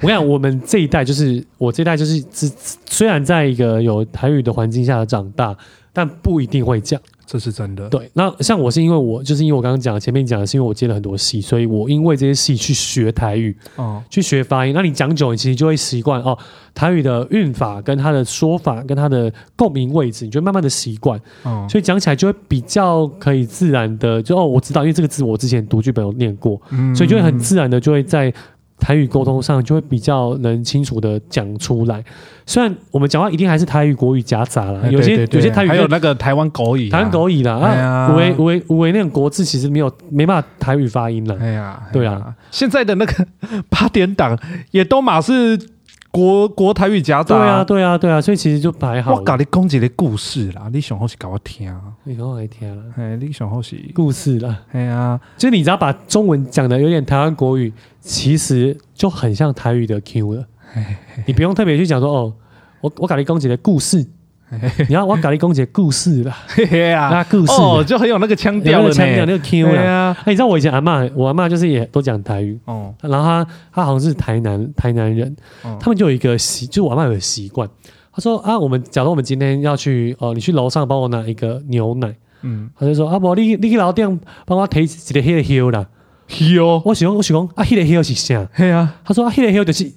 S2: 我想我们这一代就是我这一代就是只虽然在一个有台语的环境下长大，但不一定会讲。
S1: 这是真的。
S2: 对，那像我是因为我就是因为我刚刚讲前面讲的是因为我接了很多戏，所以我因为这些戏去学台语，
S1: 哦，
S2: 去学发音。那你讲久，了，你其实就会习惯哦，台语的韵法跟它的说法跟它的共鸣位置，你就会慢慢的习惯，
S1: 哦，
S2: 所以讲起来就会比较可以自然的就哦，我知道，因为这个字我之前读剧本有念过，
S1: 嗯
S2: 所以就会很自然的就会在台语沟通上就会比较能清楚的讲出来。虽然我们讲话一定还是台语、国语夹杂啦，
S1: 哎
S2: 有些
S1: 对对对
S2: 有些台语
S1: 还
S2: 就
S1: 有那个台湾狗语、啊，
S2: 台湾，狗语啦，
S1: 哎呀
S2: 啊，维维维那种国字其实没有没办法台语发音啦。
S1: 哎呀，
S2: 对啊
S1: 哎呀，现在的那个 [LAUGHS] 八点档也都马是国国台语夹杂、
S2: 对啊，对啊，对啊，所以其实就还好
S1: 我搞
S2: 啦。
S1: 你讲一个故事啦，你想好是搞我听啊，
S2: 你很好听啦，
S1: 哎，你想好是，
S2: 故事啦，
S1: 哎呀，
S2: 就是你只要把中文讲的有点台湾国语，其实就很像台语的 Q
S1: [LAUGHS]
S2: 了。你不用特别去讲说哦，我我搞你公姐的故事，你要我搞你公姐故事啦，
S1: 嘿嘿啊，
S2: 那故事啦
S1: 哦，就很有那个腔
S2: 有
S1: 调了
S2: 那个
S1: 呢，
S2: 腔调那个 Q
S1: 对
S2: 啦。
S1: 啊，
S2: 哎、你知道我以前阿妈，我阿妈就是也都讲台语，
S1: 哦，
S2: 然后她她好像是台南台南人，
S1: 哦
S2: 他们就有一个习，就是我阿妈有个习惯，她说啊，我们假如我们今天要去哦、呃你去楼上帮我拿一个牛奶，
S1: 嗯，
S2: 她就说啊，不，你你去楼顶帮我提一个迄个香啦。
S1: 哟，
S2: 我想讲我想讲啊，迄、个香是啥？
S1: 嘿啊，
S2: 她说啊，迄、个香就是。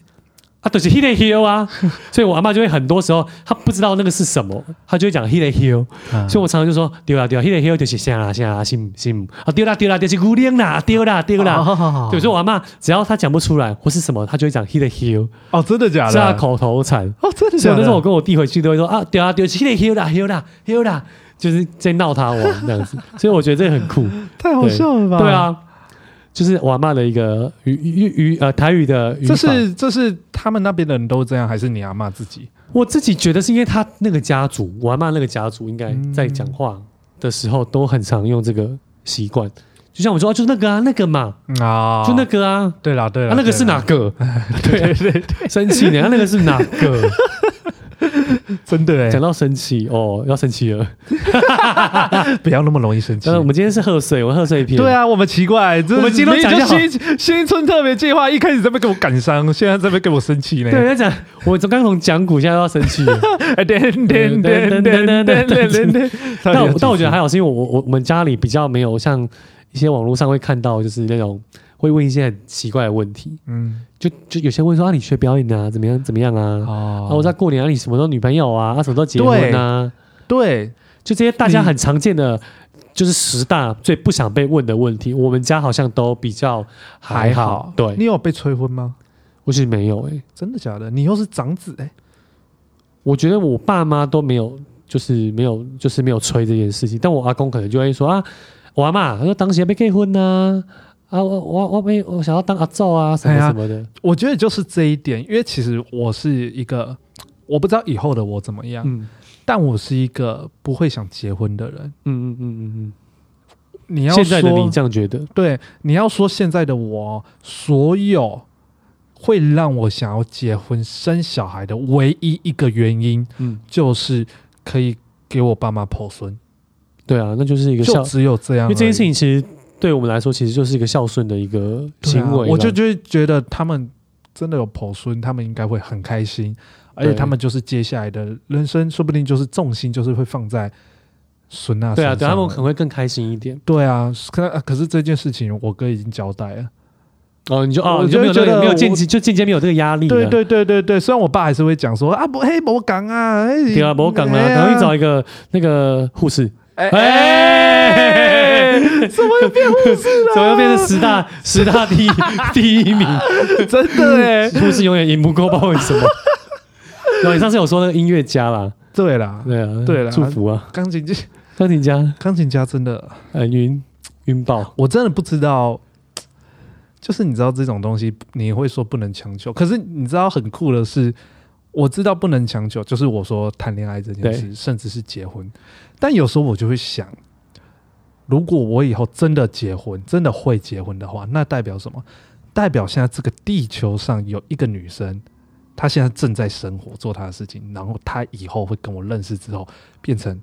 S2: 啊，就是迄个 hill 啊，所以我阿妈就会很多时候她不知道那个是什么，她就会讲迄个 hill，
S1: 啊
S2: 所以我常常就说丢啦丢啦，迄、个 hill 就是啥啦啥啦，是唔是唔啊丢啦丢啦，就是牛奶啦丢啦丢啦，
S1: 好好好
S2: 对，所以我阿妈只要她讲不出来或是什么，她就会讲 hit the hill，
S1: 哦，真的假
S2: 是她
S1: 的？
S2: 的口啊头禅。
S1: 哦，真的
S2: 所
S1: 假
S2: 以
S1: 的？
S2: 那时候我跟我弟回去都会说啊，丢啊丢，hit the hill 啦 hill 啦 hill 啦，就是在闹她
S1: [LAUGHS]
S2: 玩这样子。所以我觉得这很酷，
S1: 太好笑了吧？
S2: 对，啊，就是我阿妈的一个语语语呃台语的语
S1: 这
S2: 法。
S1: 是这是他们那边的人都这样，还是你阿妈自己？
S2: 我自己觉得是因为她那个家族，我阿妈那个家族应
S1: 嗯
S2: 该在讲话的时候都很常用这个习惯。就像我说啊，就那个啊，那个嘛，
S1: 嗯啊，
S2: 就那个啊，
S1: 对啦对啦，
S2: 啊，那个是
S1: 对啦
S2: 哪？个？对对对，生气呢？啊，那个是哪个？
S1: [LAUGHS] 真的
S2: 讲
S1: 哎，
S2: 到生气哦，要生气了。
S1: 不要那么容易生气
S2: 但。是我们今天是贺岁，我们贺岁片。
S1: 对，啊，我们奇怪，这
S2: 我们今天都讲
S1: 明
S2: 就好
S1: 明就新新春特别计划，一开始在那边给我感伤，现在在那边给我生气呢。
S2: 对，要讲，我刚从讲古，现在要生气了。
S1: 哎，等等等等等等等，
S2: 但我但我觉得还
S1: 好，
S2: 好，是因为我我我们家里比较没有像一些网络上会看到，就是那种会问一些很奇怪的问题，
S1: 嗯，
S2: 就就有些问说啊，你学表演啊，怎么样怎么样啊？
S1: 哦
S2: 啊，我在过年啊，你什么时候女朋友啊？啊，什么时候结婚啊？
S1: 对，
S2: 就这些大家很常见的，就是十大最不想被问的问题，我们家好像都比较还好。
S1: 你
S2: 对，
S1: 有被催婚吗？
S2: 我其实没有诶、欸
S1: 真的假的？你又是长子哎，
S2: 我觉得我爸妈都没有，就是没有，就是没有催这件事情。但我阿公可能就会说啊，我阿妈他说当时还没结婚呢、啊，我我我没我想要当阿祖啊，什么
S1: 哎呀
S2: 什么的。
S1: 我觉得就是这一点，因为其实我是一个，我不知道以后的我怎么样，
S2: 嗯
S1: 但我是一个不会想结婚的人。
S2: 嗯嗯嗯嗯
S1: 你
S2: 嗯。
S1: 要
S2: 现在的
S1: 说
S2: 你这样觉得？
S1: 对，你要说现在的我，所有会让我想要结婚生小孩的唯一一个原因，
S2: 嗯，
S1: 就是可以给我爸妈抱孙，
S2: 对啊，那就是一个孝
S1: 就，只有这样而已。
S2: 因为这件事情其实对我们来说，其实就是一个孝顺的一个
S1: 对啊
S2: 行为啦。
S1: 我就就觉得他们真的有抱孙，他们应该会很开心，而且
S2: 对
S1: 他们就是接下来的人生，说不定就是重心就是会放在孙娜身
S2: 对啊，
S1: 上。
S2: 对他们可能会更开心一点。
S1: 对啊，可可是这件事情我哥已经交代了。
S2: 哦，你就哦，
S1: 我
S2: 你就没有、
S1: 就
S2: 那
S1: 觉
S2: 个
S1: 得
S2: 没有
S1: 我
S2: 间接，就间接没有这个压力了。
S1: 对对对对对，虽然我爸还是会讲说啊，不嘿，我讲啊，
S2: 对啊，我讲了，然后去找一个那个护士，
S1: 哎
S2: 哎
S1: 哎，怎么又变护士
S2: [LAUGHS] 怎么又变成十
S1: [LAUGHS]
S2: 大十大第一 [LAUGHS] 第一名？
S1: 了？真的哎，
S2: 护士永远赢不过，不知道为
S1: [LAUGHS]
S2: 什么。然后你上次有说那个音乐家啦，
S1: 对啦，
S2: 对啊，
S1: 对啦
S2: 祝福啊，
S1: 钢琴家，
S2: 钢琴家，
S1: 钢琴家真的，
S2: 呃，云云豹，
S1: 我真的不知道。就是你知道这种东西，你会说不能强求，可是你知道很酷的是，我知道不能强求，就是我说谈恋爱这件事，甚至是结婚，但有时候我就会想，如果我以后真的结婚，真的会结婚的话，那代表什么？代表现在这个地球上有一个女生他现在正在生活做他的事情，然后他以后会跟我认识之后变成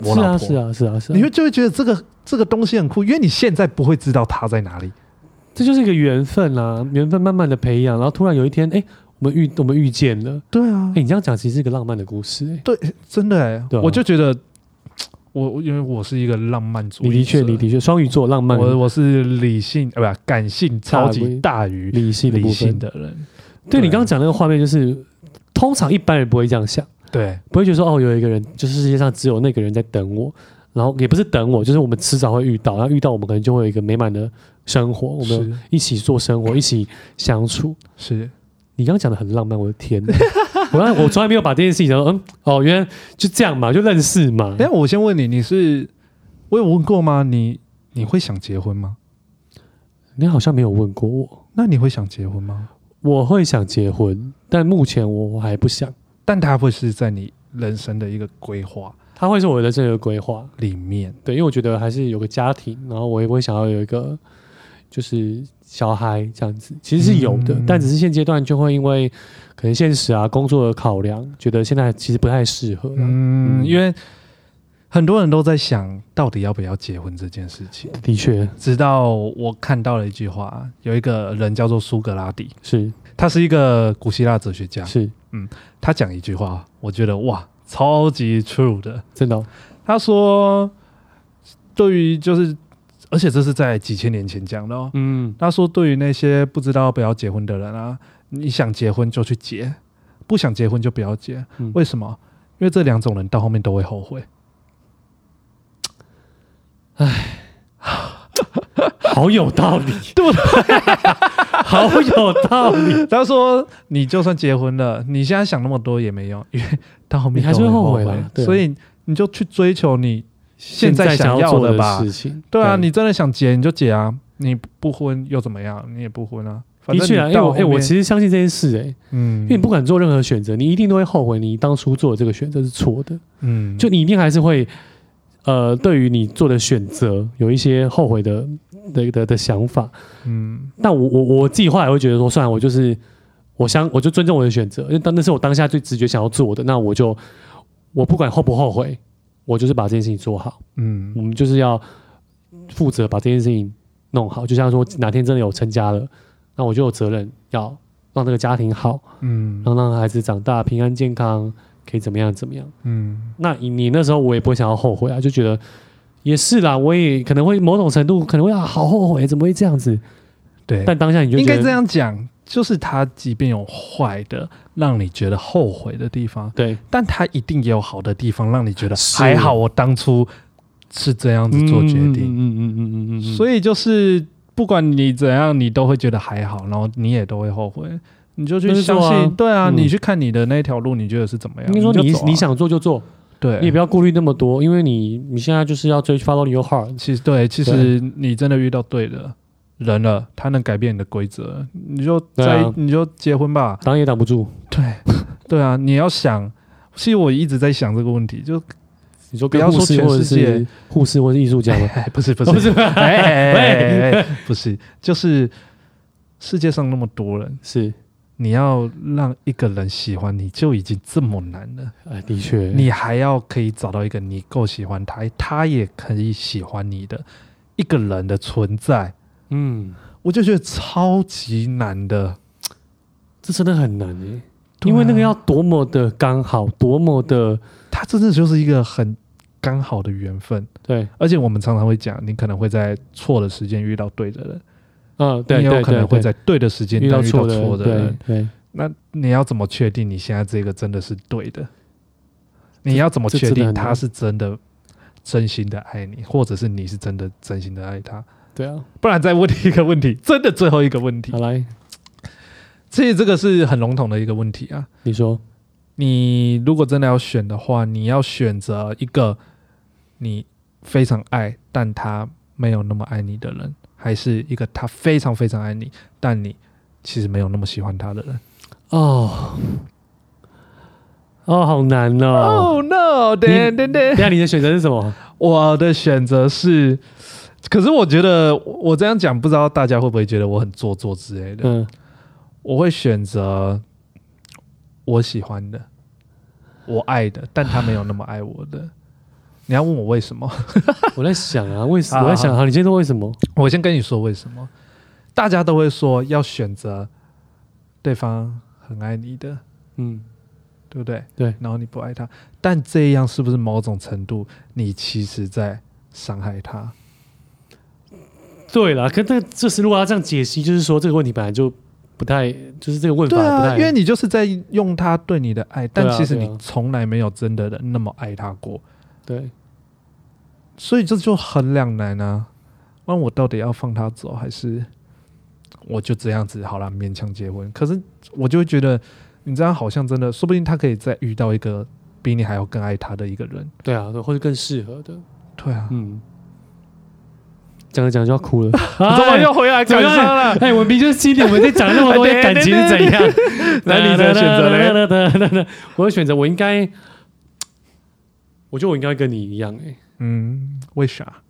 S1: 我
S2: 是
S1: 老婆，
S2: 啊，是啊，是啊，是啊，
S1: 你会就会觉得这个这个东西很酷，因为你现在不会知道他在哪里，
S2: 这就是一个缘分啦，缘分慢慢的培养，然后突然有一天，哎、我们遇我们遇见了。
S1: 对啊
S2: 哎、，你这样讲其实是一个浪漫的故事、哎，
S1: 对，真的哎、
S2: 对啊
S1: 我就觉得我我因为我是一个浪漫主义
S2: 你
S1: 者，
S2: 的确，你的确，双鱼座浪漫
S1: 我我是理性呃不感性超级大于
S2: 理性的部
S1: 理性
S2: 分。
S1: 的人，
S2: 对你
S1: 对
S2: 刚刚讲那个画面，就是通常一般人不会这样想，
S1: 对
S2: 不会觉得说哦，有一个人，就是世界上只有那个人在等我，然后也不是等我，就是我们迟早会遇到，然后遇到我们可能就会有一个美满的生活，我们
S1: 是
S2: 一起做生活，一起相处。
S1: 是
S2: 你刚刚讲的很浪漫，我的天哪！我刚才我从来没有把这件事情讲说，嗯，哦，原来就这样嘛，就认识嘛。
S1: 哎，我先问你，你是我有问过吗？你你会想结婚吗？
S2: 你好像没有问过我，
S1: 那你会想结婚吗？
S2: 我会想结婚，但目前我还不想。
S1: 但它会是在你人生的一个规划
S2: 他会是我的这个规划，
S1: 里面，
S2: 对，因为我觉得还是有个家庭，然后我也会想要有一个就是小孩这样子，其实是有的，
S1: 嗯
S2: 但只是现阶段就会因为可能现实啊、工作的考量，觉得现在其实不太适合啊、
S1: 嗯，因为很多人都在想到底要不要结婚这件事情。
S2: 的确
S1: 直到我看到了一句话，有一个人叫做苏格拉底，
S2: 是
S1: 他是一个古希腊哲学家，
S2: 是
S1: 他讲一句话，我觉得哇，超级 true 的。
S2: 真的哦、
S1: 他说，对于就是，而且这是在几千年前讲的哦。
S2: 嗯，
S1: 他说，对于那些不知道要不要结婚的人啊，你想结婚就去结，不想结婚就不要结。
S2: 嗯
S1: 为什么？因为这两种人到后面都会后悔。
S2: 好有道理，对不对？ [LAUGHS] 好有道
S1: [LAUGHS]
S2: 理，
S1: 他说，你就算结婚了，你现在想那么多也没用，因为到后面
S2: 你还是
S1: 都
S2: 会
S1: 会
S2: 后
S1: 后
S2: 悔啦对啊
S1: 所以你就去追求你现在
S2: 想
S1: 想要
S2: 做
S1: 的吧。
S2: 事情，
S1: 对啊，你真的想结你就结啊，你不婚又怎么样？你也不婚啊。反
S2: 的
S1: 正
S2: 确啊，
S1: 你
S2: 因为
S1: 到
S2: 我哎、
S1: 后
S2: 我
S1: 面
S2: 其实相信这件事、哎，
S1: 嗯
S2: 因为你不管做任何选择，你一定都会后悔你当初做的这个选择是错的，
S1: 嗯
S2: 就你一定还是会，呃，对于你做的选择有一些后悔的的的的想法。
S1: 嗯
S2: 但我我我自己后来会觉得说，算了，我就是我相我就尊重我的选择，因为当那是我当下最直觉想要做的，那我就我不管后不后悔，我就是把这件事情做好，
S1: 嗯
S2: 我们就是要负责把这件事情弄好。就像说哪天真的有成家了，那我就有责任要让这个家庭好，
S1: 嗯
S2: 让让孩子长大平安健康，可以怎么样怎么样。
S1: 嗯
S2: 那你你那时候我也不会想要后悔啊，就觉得也是啦，我也可能会某种程度可能会啊，好后悔，怎么会这样子？
S1: 对，
S2: 但当下你就
S1: 应
S2: 觉得
S1: 该这，样讲，就是他即便有坏的，让你觉得后悔的地方，
S2: 对，
S1: 但他一定也有好的地方，让你觉得
S2: 是
S1: 还好，我当初是这样子做决定。
S2: 嗯嗯嗯嗯嗯嗯嗯，以
S1: 所以就是不管你怎样，你都会觉得还好，然后你也都会后悔。你就去
S2: 那就
S1: 相
S2: 做啊
S1: 信，对啊，
S2: 嗯
S1: 你去看你的那条路，你觉得是怎么样？
S2: 应该说你
S1: 就走啊
S2: 你想做就做，
S1: 对，
S2: 你也不要顾虑那么多，因为你你现在就是要追 follow your heart，
S1: 其实对，其实你真的遇到对的人了，他能改变你的规则，你就
S2: 对
S1: 在、
S2: 啊
S1: 你就结婚吧。
S2: 挡也挡不住。
S1: 对，对啊，你要想，其实我一直在想这个问题，就
S2: 你说
S1: 不
S2: 跟
S1: 要
S2: 护
S1: 说
S2: 士
S1: 全
S2: 或者
S1: 世界
S2: 是护士或是艺术家吗？
S1: [LAUGHS] 哎不是不
S2: 不
S1: 是
S2: 不是，
S1: 哎哎哎哎哎 [LAUGHS] 不是，就是世界上那么多人，
S2: 是，
S1: 你要让一个人喜欢你就已经这么难了，
S2: 哎，的确，
S1: 你还要可以找到一个你够喜欢他，哎他也可以喜欢你的一个人的存在。
S2: 嗯，
S1: 我就觉得超级难的，
S2: 这真的很难诶，
S1: 对啊
S2: 因为那个要多么的刚好，多么的
S1: 它真的就是一个很刚好的缘分。
S2: 对，
S1: 而且我们常常会讲，你可能会在错的时间遇到对的人，
S2: 嗯，对，
S1: 你也
S2: 对
S1: 有可能
S2: 对
S1: 会
S2: 对
S1: 在对的时间
S2: 遇
S1: 但
S2: 到
S1: 遇到
S2: 错的
S1: 错的
S2: 对
S1: 人。
S2: 对，
S1: 那你要怎么确定你现在这个真的是对的？你要怎么确
S2: 这真的
S1: 定
S2: 很难
S1: 他是真的真心的爱你，或者是你是真的真心的爱他？
S2: 对啊，
S1: 不然再问一个问题，真的最后一个问题
S2: 好，来，
S1: 其实这个是很笼统的一个问题啊。
S2: 你说，
S1: 你如果真的要选的话，你要选择一个你非常爱，但他没有那么爱你的人，还是一个他非常非常爱你，但你其实没有那么喜欢他的人。
S2: 哦，哦，好难哦。
S1: Oh no！等等
S2: 等
S1: 等
S2: 一，下你的选择是什么？
S1: 我的选择是，可是我觉得我这样讲，不知道大家会不会觉得我很做作之类的。
S2: 嗯，
S1: 我会选择我喜欢的，我爱的，但他没有那么爱我的。你要问我为什么？
S2: 我在想啊，为什
S1: 啊
S2: 我在想啊，你今天说为什么？
S1: 我先跟你说为什么。大家都会说要选择对方很爱你的，
S2: 嗯，
S1: 对不对？
S2: 对
S1: 然后你不爱他，但这样是不是某种程度你其实在伤害他？
S2: 对啦，可这这是如果要这样解析，就是说这个问题本来就不太，就是这个问法
S1: 对
S2: 不
S1: 啊，
S2: 太，
S1: 因为你就是在用他对你的爱，但
S2: 对啊
S1: 其实
S2: 对啊
S1: 你从来没有真的那么爱他过，
S2: 对
S1: 所以这就很两难啊。那我到底要放他走，还是我就这样子好了，勉强结婚？可是我就会觉得，你这样好像真的，说不定他可以再遇到一个比你还要更爱他的一个人。
S2: 对啊，对，或者更适合的，
S1: 对啊，
S2: 嗯。讲着讲着就要哭了，
S1: 我
S2: [LAUGHS] 哎
S1: 回来
S2: 怎么样？哎，文斌就是今天我们在讲那 [LAUGHS] 么多
S1: 对
S2: 感情是怎样，
S1: 那你的选择嘞？
S2: 嘞？我的选择，我应该，我觉得我应该跟你一样哎、
S1: 嗯，为啥？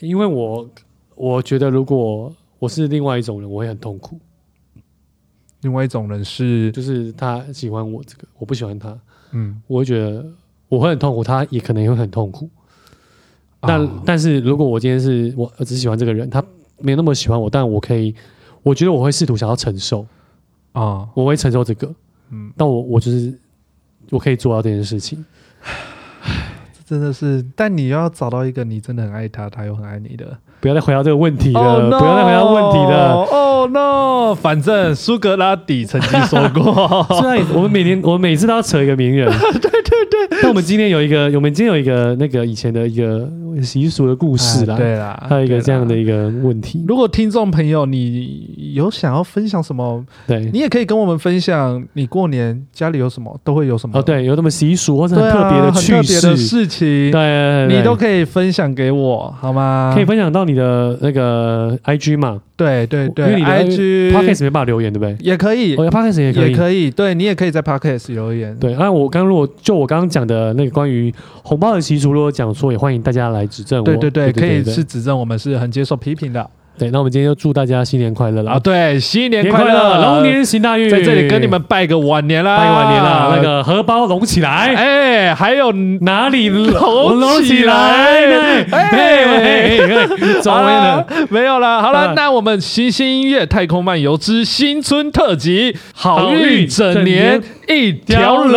S2: 因为我我觉得如果我是另外一种人，我会很痛苦。
S1: 另外一种人是，
S2: 就是他喜欢我这个，我不喜欢他，
S1: 嗯，
S2: 我会觉得我会很痛苦，他也可能也会很痛苦。但、
S1: 啊
S2: 但是如果我今天是我我只喜欢这个人，他没有那么喜欢我，但我可以，我觉得我会试图想要承受，
S1: 啊，
S2: 我会承受这个，
S1: 嗯，
S2: 但我我就是我可以做到这件事情。
S1: 这真的是，但你要找到一个你真的很爱他，他又很爱你的。
S2: 不要再回答这个问题了
S1: Oh no！
S2: 不要再回答问题
S1: [LAUGHS]
S2: 了。
S1: Oh no！反正苏格拉底曾经说过，
S2: [LAUGHS] 虽然我们每天我们每次都要扯一
S1: [LAUGHS]
S2: 个名人，对对对。但我们今天有一个，我们今天有一个那个以前的一个习俗的故事啦，
S1: 啊对啦，
S2: 还有一个这样的
S1: 对啦。
S2: 一个问题，
S1: 如果听众朋友你有想要分享什么，
S2: 对
S1: 你。也可以跟我们分享，你过年家里有什么都会有什么
S2: 哦，对，有什么习俗或者
S1: 对
S2: 很
S1: 啊，
S2: 特别的
S1: 很
S2: 趣
S1: 特别的
S2: 事，
S1: 事情
S2: 对，对，对
S1: 你都可以分享给我，好吗？
S2: 可以分享到你的那个 IG 嘛
S1: 对对
S2: 因
S1: 对
S2: 为你的
S1: ，IG
S2: ，Podcast 没办法留言，对不对？
S1: 呃也可以，
S2: 哦，Podcast 也可
S1: 也
S2: 以。
S1: 可以，对你也可以在 Podcast 留言。
S2: 对，那我刚如果就我刚刚讲的那个关于红包的习俗，如果讲错，也欢迎大家来指正我。
S1: 对对对，可以
S2: 对
S1: 是指正我们是很接受批评的
S2: 对，那我们今天就祝大家新年快乐啦！
S1: 啊。对，新年
S2: 年
S1: 快
S2: 快
S1: 乐，
S2: 龙年行大运，
S1: 在这里跟你们拜个晚年啦，
S2: 拜晚年啦，那个荷包隆起来，
S1: 哎，还有
S2: 哪里
S1: 隆
S2: 隆
S1: 起
S2: 起
S1: 来
S2: 来？哎哎哎，走
S1: 好
S2: 位
S1: 啦
S2: 了。，
S1: 啊没有了，好了，
S2: 嗯
S1: 那我们新星音乐《太空漫游之新春特辑》，好
S2: 好
S1: 运
S2: 运
S1: 整
S2: 整
S1: 年
S2: 年
S1: 一条
S2: 条
S1: 龙，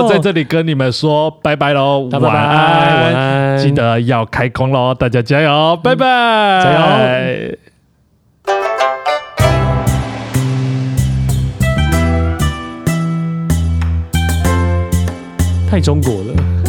S2: 龙
S1: 在这里跟你们说拜拜喽，
S2: 大
S1: 晚
S2: 拜拜晚
S1: 安。
S2: 安，
S1: 记得要开工喽，大家加油，拜拜，
S2: 加
S1: 油。
S2: 太中国了。